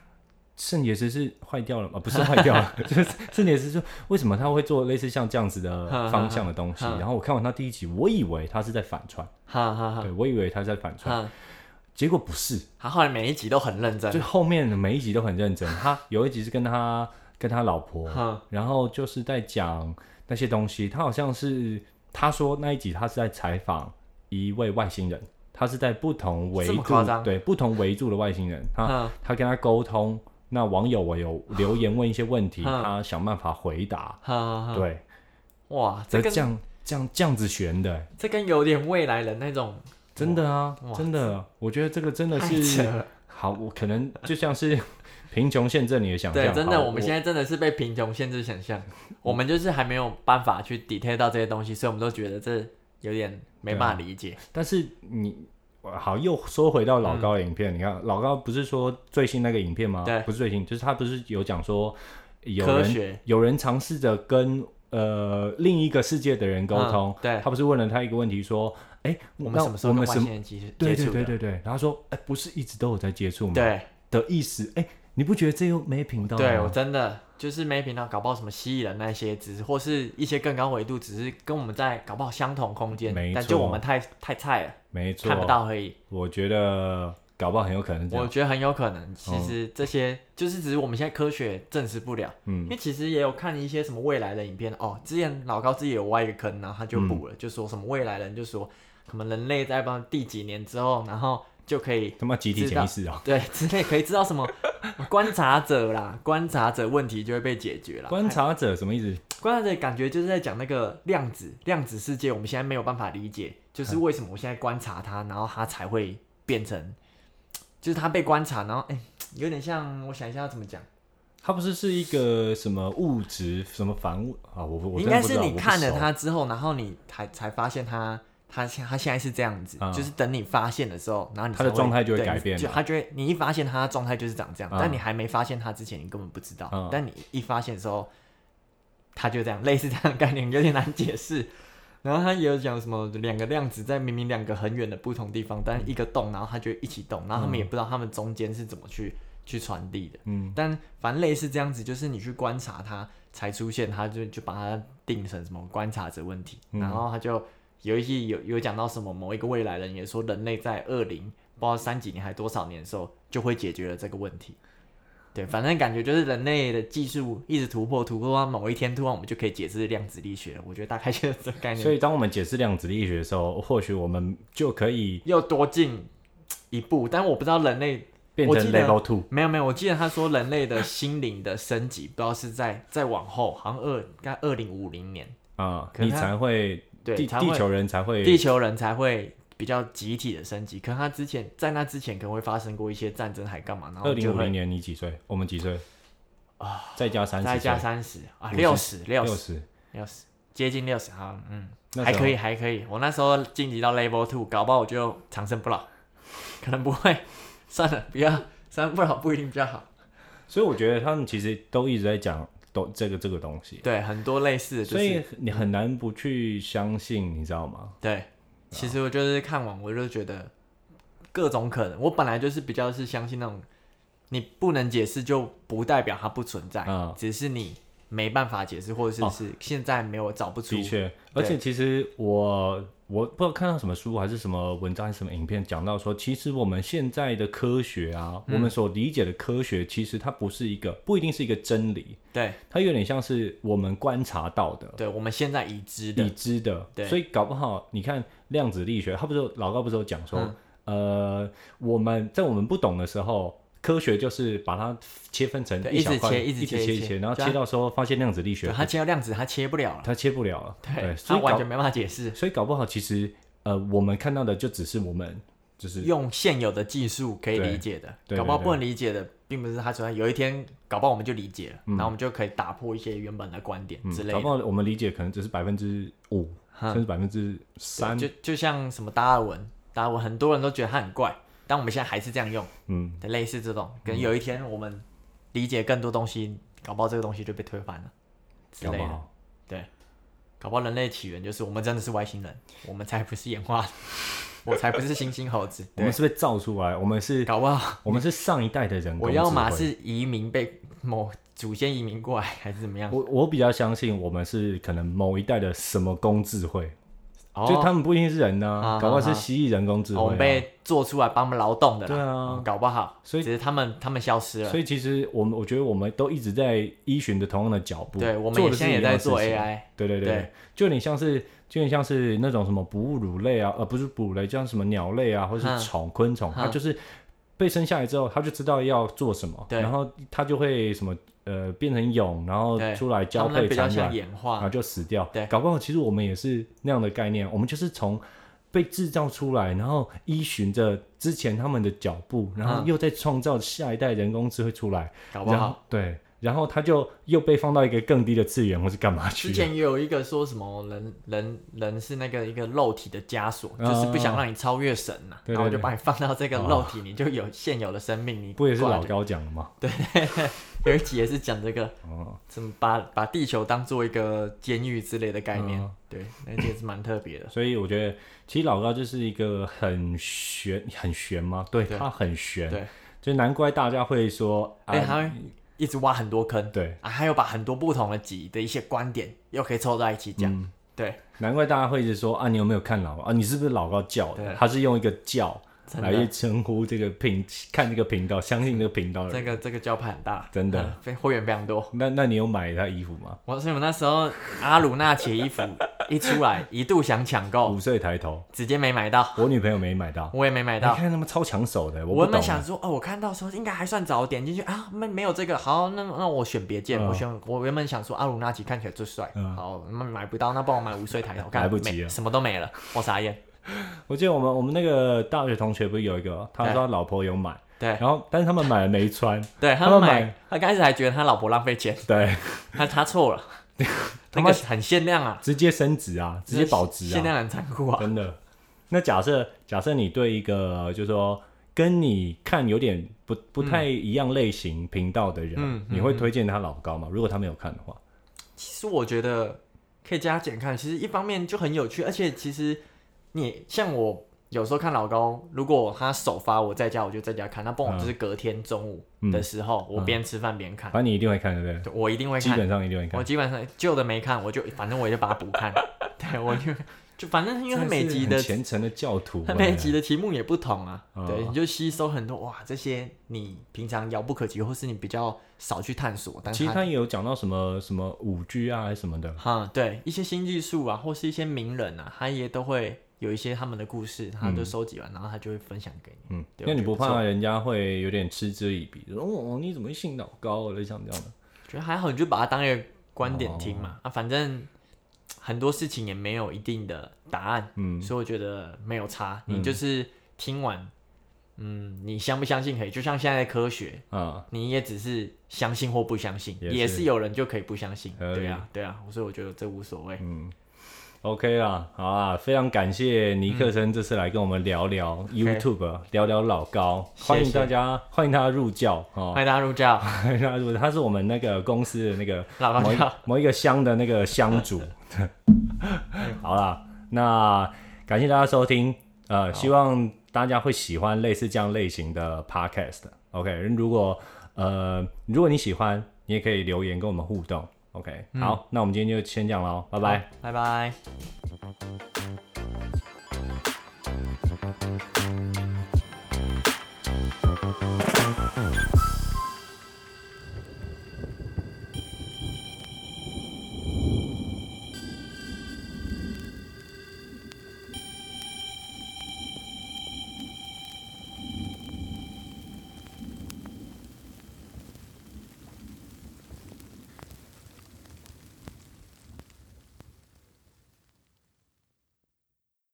Speaker 1: 肾结石是坏掉了吗？哦不是坏掉 了，就是肾结石说为什么他会做类似像这样子的
Speaker 2: 哼哼
Speaker 1: 方向的东西？
Speaker 2: 哼
Speaker 1: 然后我看完他第一集，我以为他是在反串，
Speaker 2: 哈哈哈
Speaker 1: 对我以为他在反串，
Speaker 2: 哈，
Speaker 1: 结果不是，
Speaker 2: 他后来每一集都很认真
Speaker 1: 就，后面每一集都很认真。他有一集是跟他跟他老婆，
Speaker 2: 哼，
Speaker 1: 然后就是在讲那些东西。他好像是他说那一集他是在采访一位外星人，他是在不同维
Speaker 2: 这么
Speaker 1: 度
Speaker 2: 夸张
Speaker 1: 对不同维度的外星人，他、
Speaker 2: 哼，
Speaker 1: 他跟他沟通。那网友我有留言问一些问题，
Speaker 2: 嗯
Speaker 1: 他想办法回答。
Speaker 2: 哈，哈，
Speaker 1: 对，
Speaker 2: 哇，这
Speaker 1: 这
Speaker 2: 跟
Speaker 1: 这样这样这样子悬的，
Speaker 2: 这跟有点未来人那种
Speaker 1: 真的啊
Speaker 2: 哇，
Speaker 1: 真的，我觉得这个真的
Speaker 2: 太扯
Speaker 1: 是
Speaker 2: 了。
Speaker 1: 好，我可能就像是 贫穷限制你的想象。
Speaker 2: 对，真的，
Speaker 1: 好
Speaker 2: 我们现在真的是被贫穷限制想象，我们就是还没有办法去 detail 到这些东西，所以我们都觉得这有点没办
Speaker 1: 啊
Speaker 2: 法理解。
Speaker 1: 但是你哇好又说回到老高的影片，你看老高不是说最新那个影片吗？
Speaker 2: 嗯对
Speaker 1: 不是最新，就是他不是有讲说有
Speaker 2: 科
Speaker 1: 人
Speaker 2: 学
Speaker 1: 有人尝试着跟呃另一个世界的人沟通，
Speaker 2: 嗯对
Speaker 1: 他不是问了他一个问题说，哎、
Speaker 2: 我们
Speaker 1: 那
Speaker 2: 什么时
Speaker 1: 我
Speaker 2: 候跟
Speaker 1: 们
Speaker 2: 外
Speaker 1: 什么
Speaker 2: 星人接
Speaker 1: 对
Speaker 2: 接
Speaker 1: 对
Speaker 2: 触
Speaker 1: 对
Speaker 2: 的？
Speaker 1: 对对，然后他说，哎、不是一直都有在接触吗？
Speaker 2: 对
Speaker 1: 的意思，哎、你不觉得这又没品到吗？
Speaker 2: 对，我真的就是没频道，搞不好什么蜥蜴人那些，只是或是一些更高维度，只是跟我们在搞不好相同空间
Speaker 1: 没，
Speaker 2: 但
Speaker 1: 错
Speaker 2: 就我们太太菜了，
Speaker 1: 没错，
Speaker 2: 看不。到而已。
Speaker 1: 我觉得搞不好很有可能是这
Speaker 2: 我
Speaker 1: 样。哦
Speaker 2: 觉得很有可能，其实这些就是只是我们现在科学证实不了。因
Speaker 1: 嗯，
Speaker 2: 为其实也有看一些什么未来的影片哦，之前老高自己有挖一个坑，然后他就补
Speaker 1: 嗯
Speaker 2: 了，就说什么未来人就说可能人类在帮第几年之后，然后就可以
Speaker 1: 他妈集体
Speaker 2: 知
Speaker 1: 潜
Speaker 2: 道
Speaker 1: 意识啊！
Speaker 2: 对之类可以知道什么 观察者啦，观察者问题就会被解决啦。
Speaker 1: 观察者什么意思？
Speaker 2: 观察者感觉就是在讲那个量子量子世界，我们现在没有办法理解，就是为什么我现在观察它，然后它才会变成，就是它被观察，然后哎、有点像我想一下要怎么讲。
Speaker 1: 它不是是一个什么物质什么反物啊？我不我
Speaker 2: 应
Speaker 1: 真的
Speaker 2: 该
Speaker 1: 不知
Speaker 2: 是
Speaker 1: 道
Speaker 2: 你看了，
Speaker 1: 我
Speaker 2: 他之后，然后你才才发现他他现他现在是这样子，
Speaker 1: 嗯
Speaker 2: 就是等你发现的时候，然后你
Speaker 1: 他的
Speaker 2: 才
Speaker 1: 状态就会
Speaker 2: 对
Speaker 1: 改变
Speaker 2: 就
Speaker 1: 了
Speaker 2: 他就会你一发现他的状态就是长这样，
Speaker 1: 嗯
Speaker 2: 但你还没发现他之前，你根本不知道，
Speaker 1: 嗯
Speaker 2: 但你一发现的时候，他就这样，类似这样的概念有点难解释。然后他也有讲什么两个量子在明明两个很远的不同地方，但一个动，然后它就一起动，然后他
Speaker 1: 嗯
Speaker 2: 们也不知道他们中间是怎么去去传递的。
Speaker 1: 不熟嗯，
Speaker 2: 但反正类似这样子，就是你去观察它才出现，它就就把它定成什么观察者问题，
Speaker 1: 嗯
Speaker 2: 然后它就有一些有有讲到什么某一个未来人也说人类在二零不知道三几年还多少年的时候就会解决了这个问题。对，反正感觉就是人类的技术一直突破，突破到某一天，突然我们就可以解释量子力学了。我觉得大概就是这个概
Speaker 1: 所
Speaker 2: 念。
Speaker 1: 以当我们解释量子力学的时候，或许我们就可以
Speaker 2: 又多进一步，但我不知道人类
Speaker 1: 变
Speaker 2: 我
Speaker 1: 成
Speaker 2: 记得
Speaker 1: level two。
Speaker 2: 没有没有，我记得他说人类的心灵的升级，不知道是在再往后，好像二该二零五零年，
Speaker 1: 啊、
Speaker 2: 可
Speaker 1: 你
Speaker 2: 能它
Speaker 1: 才会
Speaker 2: 对，
Speaker 1: 地
Speaker 2: 才
Speaker 1: 地
Speaker 2: 会
Speaker 1: 球人才会
Speaker 2: 地球人才会比较集体的升级。可能他之前在那之前可能会发生过一些战争，还干嘛？然
Speaker 1: 二
Speaker 2: 后
Speaker 1: 零
Speaker 2: 就
Speaker 1: 五零
Speaker 2: 会
Speaker 1: 年你几岁？我们几岁啊？再加三十，
Speaker 2: 再加三十啊，
Speaker 1: 50
Speaker 2: 六十六
Speaker 1: 六
Speaker 2: 十
Speaker 1: 十，
Speaker 2: 六十，接近六十，好，嗯，
Speaker 1: 那
Speaker 2: 还
Speaker 1: 时候
Speaker 2: 可以，还可以。我那时候晋级到 Level Two，搞不好我就长生不老， 可能不会。算了，不要长生不老不一定比较好。
Speaker 1: 所以我觉得他们其实都一直在讲都这个这个东西，
Speaker 2: 对，很多类似的，就
Speaker 1: 所
Speaker 2: 是
Speaker 1: 以你很难不去相信，你知道吗？
Speaker 2: 对。其实我就是看完，我就觉得各种可能。我本来就是比较是相信那种，你不能解释就不代表它不存在，
Speaker 1: 嗯
Speaker 2: 只是你没办法解释，或者
Speaker 1: 哦
Speaker 2: 是是现在没有找不出
Speaker 1: 的。确，而且其实我我不知道看到什么书还是什么文章还是什么影片讲到说，其实我们现在的科学啊，
Speaker 2: 嗯
Speaker 1: 我们所理解的科学，其实它不是一个不一定是一个真理，
Speaker 2: 对
Speaker 1: 它有点像是我们观察到的。
Speaker 2: 对，我们现在已知的
Speaker 1: 已知的，
Speaker 2: 对
Speaker 1: 所以搞不好你看量子力学，他不是有老高不是有讲
Speaker 2: 嗯
Speaker 1: 说，呃，我们在我们不懂的时候，科学就是把它切分成
Speaker 2: 对
Speaker 1: 一小
Speaker 2: 一直
Speaker 1: 块，
Speaker 2: 切一直切
Speaker 1: 切
Speaker 2: 一直切
Speaker 1: 然后
Speaker 2: 对啊
Speaker 1: 切到时候发现量子力
Speaker 2: 对
Speaker 1: 学
Speaker 2: 它切到量子，它切不了了，
Speaker 1: 它切不了了，
Speaker 2: 对，
Speaker 1: 所
Speaker 2: 它
Speaker 1: 以
Speaker 2: 完
Speaker 1: 搞
Speaker 2: 全没办法解释。
Speaker 1: 所以搞不好其实呃，我们看到的就只是我们就是
Speaker 2: 用现有的技术可以
Speaker 1: 对
Speaker 2: 理解的，
Speaker 1: 对对
Speaker 2: 搞不好
Speaker 1: 对
Speaker 2: 不能理解的，并不是它存在。有一天，搞不好我们就理解了，然后我们就可以打破一些原本的观点
Speaker 1: 嗯
Speaker 2: 之类
Speaker 1: 搞
Speaker 2: 的
Speaker 1: 不。好我们理解可能只是百分之五，
Speaker 2: 哈
Speaker 1: 甚至百分之三，
Speaker 2: 就就像什么达尔文，达尔文很多人都觉得他很怪，但我们现在还是这样用，
Speaker 1: 嗯，
Speaker 2: 对类似这种，可能有一天我们理解更多东西，搞不好这个东西就被推翻了之
Speaker 1: 搞
Speaker 2: 类
Speaker 1: 不
Speaker 2: 的，
Speaker 1: 好。
Speaker 2: 对，搞不好人类起源就是我们真的是外星人，我们才不是演 化的，我才不是猩猩猴子，
Speaker 1: 我们
Speaker 2: 对，
Speaker 1: 是被造出来，我们是，
Speaker 2: 搞不好
Speaker 1: 我们是上一代的人工
Speaker 2: 我
Speaker 1: 智慧。
Speaker 2: 要么是移民被某祖先移民过来，还是怎么样？
Speaker 1: 我我比较相信我们是可能某一代的什么工智慧，
Speaker 2: 哦，
Speaker 1: 就他们不一定是人呢、
Speaker 2: 啊
Speaker 1: 搞不
Speaker 2: 啊
Speaker 1: 好是蜥蜴人工智慧、
Speaker 2: 哦
Speaker 1: 啊。
Speaker 2: 我们被做出来帮我们劳动的啦，
Speaker 1: 对啊
Speaker 2: 哦搞不好，
Speaker 1: 所以
Speaker 2: 只是他们他们消失了
Speaker 1: 所。以其实我们我觉得我们都一直在依循着同样的脚步，
Speaker 2: 对，我们
Speaker 1: 做
Speaker 2: 也
Speaker 1: 的
Speaker 2: 现在
Speaker 1: 是一
Speaker 2: 也
Speaker 1: 样
Speaker 2: 在
Speaker 1: 的事
Speaker 2: 做
Speaker 1: 情
Speaker 2: AI，
Speaker 1: 对对对，
Speaker 2: 对
Speaker 1: 就有点像是就有点像是那种什么哺乳类啊，呃，不是哺乳类，叫什么鸟类啊，或
Speaker 2: 嗯
Speaker 1: 是虫、昆虫，它
Speaker 2: 嗯
Speaker 1: 就是被生下来之后，它就知道要做什么，
Speaker 2: 对
Speaker 1: 然后它就会什么呃变成蛹，然后
Speaker 2: 对
Speaker 1: 出来
Speaker 2: 他
Speaker 1: 交
Speaker 2: 们
Speaker 1: 配
Speaker 2: 比较
Speaker 1: 产卵啊
Speaker 2: 像，演
Speaker 1: 然
Speaker 2: 化
Speaker 1: 后，就死掉。
Speaker 2: 对
Speaker 1: 搞不好其实我们也是那样的概念，我们就是从被制造出来，然后依循着之前他们的脚步，然后
Speaker 2: 嗯
Speaker 1: 又再创造下一代人工智慧出来，
Speaker 2: 搞不
Speaker 1: 然后
Speaker 2: 好。
Speaker 1: 对，然后它就又被放到一个更低的次元或是干嘛去
Speaker 2: 之
Speaker 1: 了？
Speaker 2: 前也有一个说什么人人人是那个一个肉体的枷锁，
Speaker 1: 啊
Speaker 2: 就是不想让你超越神呐、
Speaker 1: 对对
Speaker 2: 然后就
Speaker 1: 对哦
Speaker 2: 把你放到这个肉体，你就有现有的生命，你
Speaker 1: 不也是
Speaker 2: 挂
Speaker 1: 老
Speaker 2: 着
Speaker 1: 高讲的吗？
Speaker 2: 有一集也是讲这个，
Speaker 1: 哦，
Speaker 2: 怎么把把地球当做一个监狱之类的概念，
Speaker 1: 嗯
Speaker 2: 对，那集也是蛮特别的。
Speaker 1: 所以我觉得其实老高就是一个很玄，很玄吗？对，
Speaker 2: 对
Speaker 1: 他很玄，
Speaker 2: 对，
Speaker 1: 就难怪大家会说，
Speaker 2: 而且哎他
Speaker 1: 啊，
Speaker 2: 会一直挖很多坑，
Speaker 1: 对，
Speaker 2: 啊，还有把很多不同的集的一些观点又可以凑在一起讲，
Speaker 1: 嗯
Speaker 2: 对，
Speaker 1: 难怪大家会一直说啊，你有没有看老高啊？你是不是老高叫
Speaker 2: 对
Speaker 1: 的？他是用一个叫
Speaker 2: 真的
Speaker 1: 来去称呼这个频，看这个频道，相信这个频道的
Speaker 2: 这
Speaker 1: 人。
Speaker 2: 个这个教派很大，
Speaker 1: 真的
Speaker 2: 嗯，非会员非常多。
Speaker 1: 那那你有买他衣服吗？
Speaker 2: 我所以我那时候阿鲁纳奇衣服一出来，一度想抢购，
Speaker 1: 五岁抬头，
Speaker 2: 直接没买到，
Speaker 1: 我女朋友没 买到。哎
Speaker 2: 我也没买
Speaker 1: 你
Speaker 2: 到。
Speaker 1: 看他们超抢手的，
Speaker 2: 我
Speaker 1: 不
Speaker 2: 原本
Speaker 1: 懂。啊
Speaker 2: 想说，哦，我看到说应该还算早，点进去啊，没没有这个，好，那那我选别件，
Speaker 1: 嗯
Speaker 2: 我选我原本想说阿啊鲁纳奇看起来最帅，
Speaker 1: 嗯
Speaker 2: 好，那买不到，那帮我买五岁抬头，看
Speaker 1: 来不啊及
Speaker 2: 没
Speaker 1: 了
Speaker 2: 什么都没了，我傻眼。
Speaker 1: 我记得我们我们那个大学同学不是有一个，他
Speaker 2: 对
Speaker 1: 说他老婆有买，
Speaker 2: 对
Speaker 1: 然后但是他们买了没穿，
Speaker 2: 对，他
Speaker 1: 嗯他
Speaker 2: 们
Speaker 1: 们
Speaker 2: 买
Speaker 1: 买，
Speaker 2: 他刚开始还觉得他老婆浪费钱，
Speaker 1: 对，
Speaker 2: 他他错 了，那个
Speaker 1: 他妈
Speaker 2: 很限量啊，
Speaker 1: 直接升值啊，直接保值
Speaker 2: 限
Speaker 1: 啊，
Speaker 2: 量很残酷啊，
Speaker 1: 真的。那假设假设你对一个就是说跟你看有点不不太一样类型频道的人，
Speaker 2: 嗯
Speaker 1: 你会推荐他老高吗？如果他没有看的话，
Speaker 2: 其实我觉得可以加减看，其实一方面就很有趣，而且其实你像我有时候看老高，如果他首发我在家，我就在家看；那不然我就是隔天中午
Speaker 1: 嗯
Speaker 2: 的时候，我边吃饭边看，
Speaker 1: 反正你一定会看，对不对？
Speaker 2: 对我一啊定会
Speaker 1: 嗯基
Speaker 2: 看。
Speaker 1: 本上一定会看
Speaker 2: 我。基本上旧的没看，我就反正我就把它补 看。对，我就就反正因为他每集的
Speaker 1: 真是很虔哎诚的教徒，啊
Speaker 2: 他每一集的题目也不同啊，
Speaker 1: 哦
Speaker 2: 对，你就吸收很多哇，这些你平常遥不可及，或是你比较少去探索，但
Speaker 1: 其
Speaker 2: 是
Speaker 1: 实
Speaker 2: 它
Speaker 1: 他也有讲到什么什么五 G 啊，还是什么的，
Speaker 2: 哈、对一些新技术啊，或是一些名人啊，他也都会有一些他们的故事，他就收集完，然后他就会分享给你。
Speaker 1: 嗯，
Speaker 2: 对
Speaker 1: 那你
Speaker 2: 我觉得
Speaker 1: 不
Speaker 2: 不错
Speaker 1: 怕人家会有点嗤之以鼻，说哦你怎么会信老高？啊类似像这样的，
Speaker 2: 觉得还好，你就把它当一个观点
Speaker 1: 哦
Speaker 2: 听嘛，啊，反正很多事情也没有一定的答案，
Speaker 1: 嗯，
Speaker 2: 所以我觉得没有差，你就是听完。嗯，你相不相信可以？就像现在的科学，
Speaker 1: 嗯，
Speaker 2: 你也只是相信或不相信，
Speaker 1: 也
Speaker 2: 也
Speaker 1: 是
Speaker 2: 是有人就可以不相信。
Speaker 1: 合理
Speaker 2: 对啊，对啊，所以我觉得这无所谓。
Speaker 1: 嗯 OK 啦，好啊，非常感谢尼克森这次来跟我们聊聊 YouTube，、聊聊老高，
Speaker 2: 嗯谢谢
Speaker 1: 欢迎大家，欢迎他入教 哦，
Speaker 2: 欢迎大家入教，
Speaker 1: 欢迎他入，他是我们那个公司的那个
Speaker 2: 老高
Speaker 1: 某一
Speaker 2: 教，
Speaker 1: 某一个乡的那个乡主。
Speaker 2: 哎
Speaker 1: 好啦，那感谢大家收听，呃，希望大家会喜欢类似这样类型的 podcast。OK，如果呃如果你喜欢，你也可以留言跟我们互动。OK，好，那我们今天就先这样喽，拜拜。
Speaker 2: 拜拜。